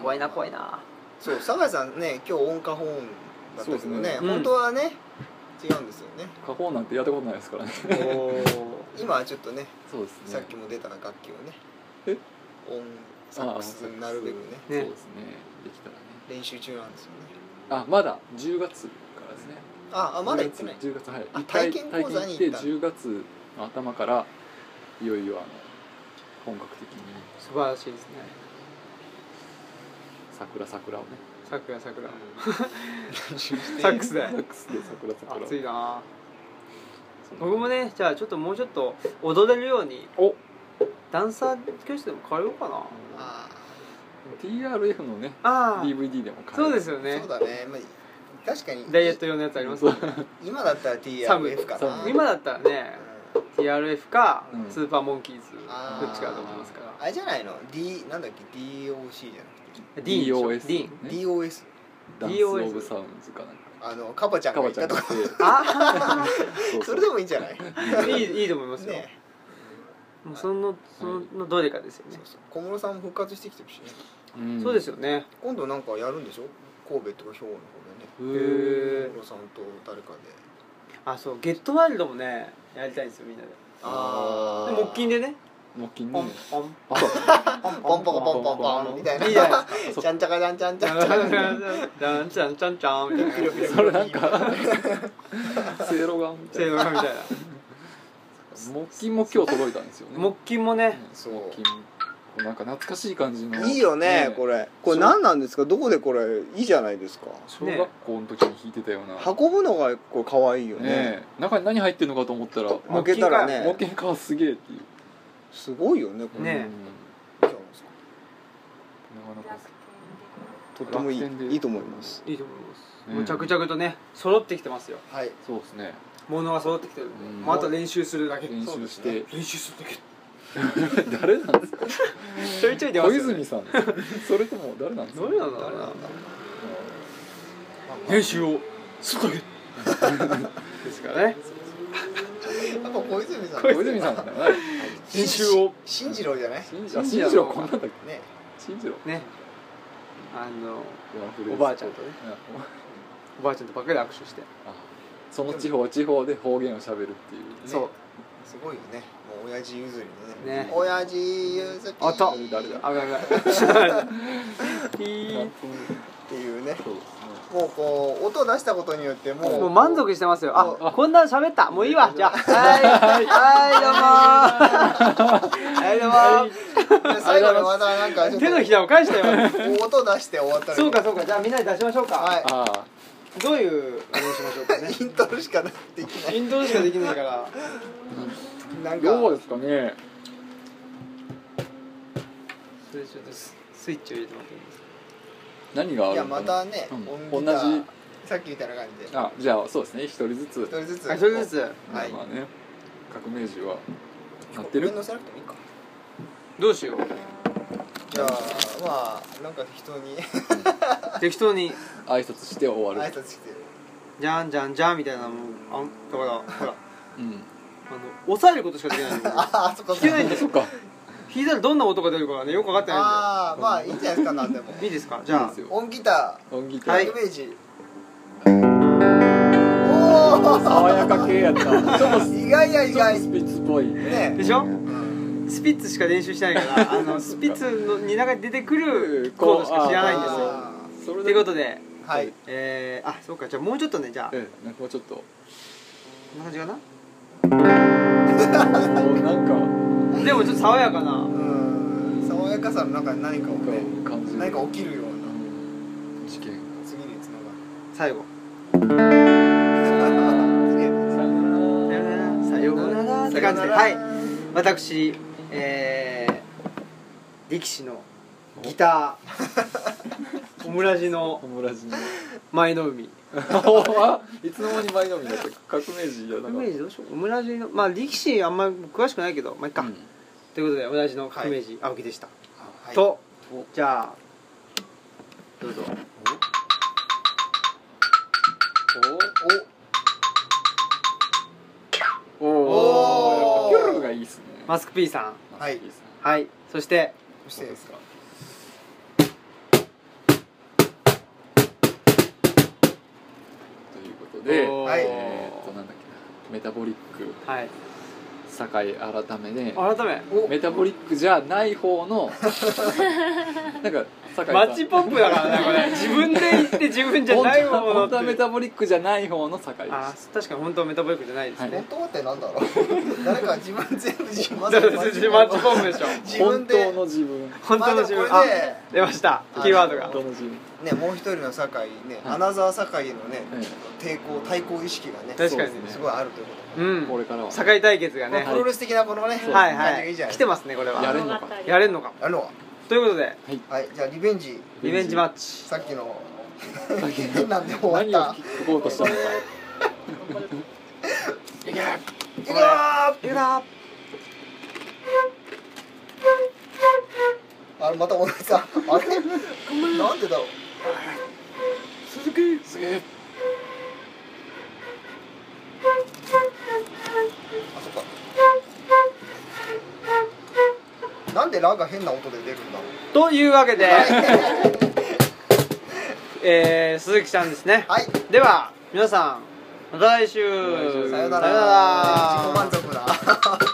Speaker 2: 怖いな怖いな
Speaker 3: そう酒井さんね今日音歌本だったけど
Speaker 1: そうで
Speaker 3: ね
Speaker 1: す
Speaker 2: ね
Speaker 3: 本当はね、違うんですよね
Speaker 1: 加工なんてやったことないですからね
Speaker 2: おー
Speaker 3: 今はちょっとね
Speaker 1: そうですね
Speaker 3: さっきも出た楽器をね
Speaker 1: え
Speaker 3: 音サックスになるべくね
Speaker 1: そう
Speaker 2: ね
Speaker 1: ですねできたらね
Speaker 3: 練習中なんですよね
Speaker 1: あまだ10月からですね
Speaker 3: ああまだ行ってない
Speaker 1: 10月10月はい
Speaker 3: あ
Speaker 1: 一回
Speaker 3: 体験講座に行った
Speaker 1: 体験行って10月の頭からいよいよあの本格的に
Speaker 2: 素晴らしいですね
Speaker 1: 桜桜をね
Speaker 2: 桜桜 [laughs]
Speaker 3: 練習して
Speaker 2: サックスで
Speaker 1: サックスで桜桜
Speaker 2: 熱いな
Speaker 1: そんな
Speaker 2: 僕もねじゃあちょっともうちょっと踊れるように
Speaker 1: お
Speaker 2: ダンサー教室でも変えようかな
Speaker 3: あ
Speaker 1: TRF のね
Speaker 2: ああ
Speaker 1: DVD でも買える
Speaker 2: そうですよ
Speaker 3: ー
Speaker 2: ね
Speaker 3: そうだね、まあ、確かに
Speaker 2: ダイエット用のやつあります
Speaker 1: そう
Speaker 3: 今だったら
Speaker 2: サム
Speaker 3: TRF かな
Speaker 2: 今だったらね
Speaker 3: うん
Speaker 2: TRF か、
Speaker 1: うん
Speaker 2: スーパーモンキーズど
Speaker 3: あ
Speaker 1: ー
Speaker 2: っちかだと思いますから
Speaker 3: あれじゃないの D なんだっけ DOC じゃ
Speaker 1: DOS
Speaker 2: デ
Speaker 3: な
Speaker 2: ィーンでしょディーン
Speaker 3: くて、
Speaker 1: ね
Speaker 3: DOS
Speaker 1: ダンスオブサウンズかなんか
Speaker 3: あのカバちゃん
Speaker 1: カ
Speaker 3: が
Speaker 1: バ
Speaker 3: 言っ
Speaker 1: ちゃ
Speaker 3: た
Speaker 1: んが
Speaker 3: と
Speaker 1: い
Speaker 3: か
Speaker 1: て
Speaker 2: あ
Speaker 1: そう
Speaker 3: [laughs] そ
Speaker 1: そう
Speaker 3: れでもいいんじゃない
Speaker 2: あいいいいと思いますよ、
Speaker 3: ね
Speaker 2: もうそのそのどれかですよね
Speaker 3: そう、そう小室さんも復活してきてるしね
Speaker 1: うん
Speaker 2: そうですよね
Speaker 3: 今度なんかやるんでしょ神戸とか兵庫の方でね
Speaker 1: へー
Speaker 2: へえ
Speaker 3: 小室さんと誰かで
Speaker 2: あそうゲットワイルドもねやりたいんですよみんなで
Speaker 1: あ
Speaker 2: で木琴でね
Speaker 1: 木琴
Speaker 2: ポン
Speaker 1: ね
Speaker 2: ポン
Speaker 1: あ
Speaker 2: ポン
Speaker 3: ポンポコポンポンポンみたいない
Speaker 2: いじゃないです
Speaker 3: ちゃんちゃかちゃんちゃんちゃ
Speaker 2: [laughs]
Speaker 3: んちゃん
Speaker 2: かダンチャンチャンチャンみたいな
Speaker 1: [laughs] それなんかせいろがんみたい
Speaker 2: せー
Speaker 1: な
Speaker 2: のみたいな
Speaker 1: 木琴も今日届いたんですよね
Speaker 2: 木琴もね
Speaker 3: そう
Speaker 1: 木琴こうなんか懐かしい感じの
Speaker 3: いいよねこれこれ何なんですかどこでこれいいじゃないですか
Speaker 1: 小学校の時に弾いてたような
Speaker 3: 運ぶのがこれ可愛いよ
Speaker 1: ね
Speaker 3: ね
Speaker 1: え中に何入ってるのかと思ったら
Speaker 3: 開けたら
Speaker 1: 模
Speaker 3: ね
Speaker 1: 型かすげえっていう
Speaker 3: すごいよねこれ
Speaker 2: ね
Speaker 3: いいじゃないですか
Speaker 1: うんなかなか
Speaker 3: とってもい
Speaker 1: 楽天
Speaker 3: い
Speaker 1: で
Speaker 3: いいと思います
Speaker 2: いいと思います
Speaker 1: うん
Speaker 2: もう着々とね揃ってきてますよ
Speaker 3: はい
Speaker 1: そうですね
Speaker 2: ものが揃ってきてるんで
Speaker 1: うん
Speaker 2: もうあとは練習するだけ
Speaker 1: 練
Speaker 2: そう
Speaker 1: 習して
Speaker 2: 練習するだけ
Speaker 1: 誰なんですか
Speaker 2: ちょいちょい出ま
Speaker 1: 小
Speaker 2: すよね
Speaker 1: 泉さんそれとも誰なんですか
Speaker 2: どれなんだろうな
Speaker 1: 練習をす [laughs] るだけ
Speaker 2: ですからね
Speaker 3: やっぱ小泉さん
Speaker 1: 小泉さんじゃない練習を
Speaker 3: 新次郎じゃない
Speaker 1: 新次あ新次郎こんなんだっけ
Speaker 3: ね
Speaker 1: 新次郎
Speaker 2: ねあの
Speaker 1: ワンフレーズ
Speaker 2: おばあちゃんとね
Speaker 1: うん
Speaker 2: おばあちゃんとばっかり握手して
Speaker 1: あその地方地方で方言をしゃべるっていう
Speaker 2: そう
Speaker 3: すごいよねもう親父譲りのね
Speaker 2: ね
Speaker 3: 親父譲り
Speaker 2: あった
Speaker 1: 誰だ
Speaker 2: あががピ [laughs] ー
Speaker 3: っていうね
Speaker 1: そうです
Speaker 3: もうこう音出したことによってもう
Speaker 2: もう満足してますよあこんなの喋ったもういいわじゃあはいはいどうもはい
Speaker 3: 最後にまたなんかち
Speaker 2: どう
Speaker 3: ょ
Speaker 2: も
Speaker 3: っ
Speaker 2: 手のひらを返したよ
Speaker 3: と音出して終わったら
Speaker 2: そうかそうかじゃあみんなで出しましょうか、
Speaker 3: は
Speaker 1: ああ
Speaker 2: どういうあれにしましょうか [laughs] ね
Speaker 3: いイントロしかなっていけない
Speaker 2: インドしかできないから
Speaker 3: なんか
Speaker 1: どうですかね
Speaker 2: それちょっとススイッチを入れてもらっていいですか
Speaker 1: 何があ
Speaker 3: い
Speaker 1: る
Speaker 3: や
Speaker 1: のか
Speaker 3: ま
Speaker 1: な
Speaker 3: たね、
Speaker 1: う
Speaker 3: 音
Speaker 1: ん
Speaker 3: ギ
Speaker 1: 同
Speaker 3: タ
Speaker 1: じ
Speaker 3: ーさっきみたいな感じで
Speaker 1: あじゃあそうですね一人ずつ
Speaker 3: 一人ずつ
Speaker 2: あ一人ずつ
Speaker 1: まあ
Speaker 3: はい
Speaker 1: ね革命児はなってる
Speaker 3: 上乗せなくてもいいか
Speaker 2: どうしよう
Speaker 3: じゃあまあなんか適当に
Speaker 2: 適当に
Speaker 1: 挨拶して終わ
Speaker 3: 挨
Speaker 1: る
Speaker 3: 拶して
Speaker 2: じゃんじゃんじゃんみたいなもうあんだからほら
Speaker 1: うん
Speaker 2: あの抑えることしかできないの [laughs]
Speaker 3: あああそこ
Speaker 2: 弾けないん
Speaker 1: あ
Speaker 2: だ
Speaker 1: そっ
Speaker 2: よ
Speaker 1: か
Speaker 2: 弾いたらどんな音が出るかはねよく分かってな
Speaker 3: ああまあいいんじゃないですかなんでも
Speaker 2: いんでいいですかじゃあ
Speaker 1: いいですよ
Speaker 3: 音ギタ
Speaker 1: 音ギ
Speaker 3: ー
Speaker 1: タ
Speaker 3: はい
Speaker 1: ー
Speaker 3: イメージ
Speaker 1: 爽やか系やったちょっと
Speaker 3: おお意外や意
Speaker 1: ちょっと
Speaker 3: 外
Speaker 1: スピッツっぽいね
Speaker 3: ね
Speaker 2: でしょ
Speaker 3: うん
Speaker 2: スピッツしか練習してないから [laughs] あのスピッツのに中に出てくるコードしか知らないんですよ
Speaker 3: あ
Speaker 1: それ
Speaker 2: ということで
Speaker 3: ーはい
Speaker 2: えー、あそうかじゃあもうちょっとねじゃあこ
Speaker 1: ええなんかもうちょっと
Speaker 2: んな感じかな
Speaker 1: こうなんか
Speaker 2: でもちょっと爽やかな
Speaker 3: うん爽やかさの中に何かをね
Speaker 1: なんか感じる
Speaker 3: 何か起きるような
Speaker 1: 事件
Speaker 3: 次につながる
Speaker 2: 最後 [laughs]
Speaker 3: すげえ
Speaker 2: さようならな感じではい私えー、力士のギターオムラジの
Speaker 1: オムラジの
Speaker 2: 前の海
Speaker 1: あいつの間に前のみになって革命児やな
Speaker 2: 革命児どうしようオムラジのまあ力士あんま詳しくないけどまあいっか、
Speaker 1: うん
Speaker 2: ということでオムラジの革命児、青木でした、
Speaker 3: はい
Speaker 2: と
Speaker 1: お
Speaker 2: じゃあどうぞお
Speaker 1: おお
Speaker 3: おー
Speaker 1: やっぱピョロがいいですね
Speaker 2: マスク P さん
Speaker 3: は
Speaker 1: い
Speaker 3: い
Speaker 1: いっすね
Speaker 2: はいそして
Speaker 3: そし
Speaker 1: そう
Speaker 3: て
Speaker 1: ですかということで
Speaker 2: おー
Speaker 3: はい
Speaker 1: えーっとなんだっけなメタボリック
Speaker 2: はい
Speaker 1: 堺改めで
Speaker 2: 改め
Speaker 1: メタボリックじゃない方のなんか堺
Speaker 2: マッチポップだからねこれ自分で言って自分じゃないもの
Speaker 1: 本
Speaker 2: って
Speaker 1: 当はメタボリックじゃない方の堺で
Speaker 2: あ
Speaker 1: し
Speaker 2: 確かに本当はメタボリックじゃないです
Speaker 1: は
Speaker 2: ね
Speaker 3: 本、当ってなんだろう誰か自分全部自分ま
Speaker 2: だ
Speaker 3: ず
Speaker 2: からマッチポップでしょ
Speaker 1: た
Speaker 3: 自
Speaker 1: 本
Speaker 3: 分で
Speaker 1: 当の自分
Speaker 2: 本当の自分、
Speaker 3: まあ
Speaker 2: あ
Speaker 3: でもこれね
Speaker 2: 出ましたキーワードが
Speaker 1: 本当の自分
Speaker 3: ねもう一人の酒井ね、
Speaker 1: はい
Speaker 3: アナザー酒井のね、
Speaker 1: はい
Speaker 3: 抵抗対抗意識がね
Speaker 2: 確かに
Speaker 1: そうですすね
Speaker 3: ごいあるというこ
Speaker 2: うん
Speaker 1: これからは
Speaker 2: 境対決が
Speaker 3: と、
Speaker 2: ね
Speaker 3: ね、プロレス的なこのね、
Speaker 1: そう
Speaker 2: はい
Speaker 3: 感
Speaker 2: は
Speaker 3: じがいい
Speaker 2: い
Speaker 3: じゃない
Speaker 2: 来てますねこれは
Speaker 1: やれんのか
Speaker 4: 物語
Speaker 2: やれんのか
Speaker 3: あるのは
Speaker 2: ということで
Speaker 3: はいじゃあリベンジ
Speaker 2: リベンジマッチ
Speaker 3: さっきの
Speaker 1: 何を
Speaker 3: 変なんで終わった
Speaker 1: 吹き込こうとしたのか
Speaker 3: いくわ
Speaker 2: いくら
Speaker 3: ーあれまた同じさあれなんでだろう
Speaker 2: 鈴木
Speaker 1: すげえ
Speaker 3: あそっかなんでラが変な音で出るんだろう
Speaker 2: というわけで、えー、鈴木さんですね、
Speaker 3: はい
Speaker 2: では皆さんまた来週
Speaker 1: 来週
Speaker 3: さよなら
Speaker 2: さよなら
Speaker 3: 自己満足だ [laughs]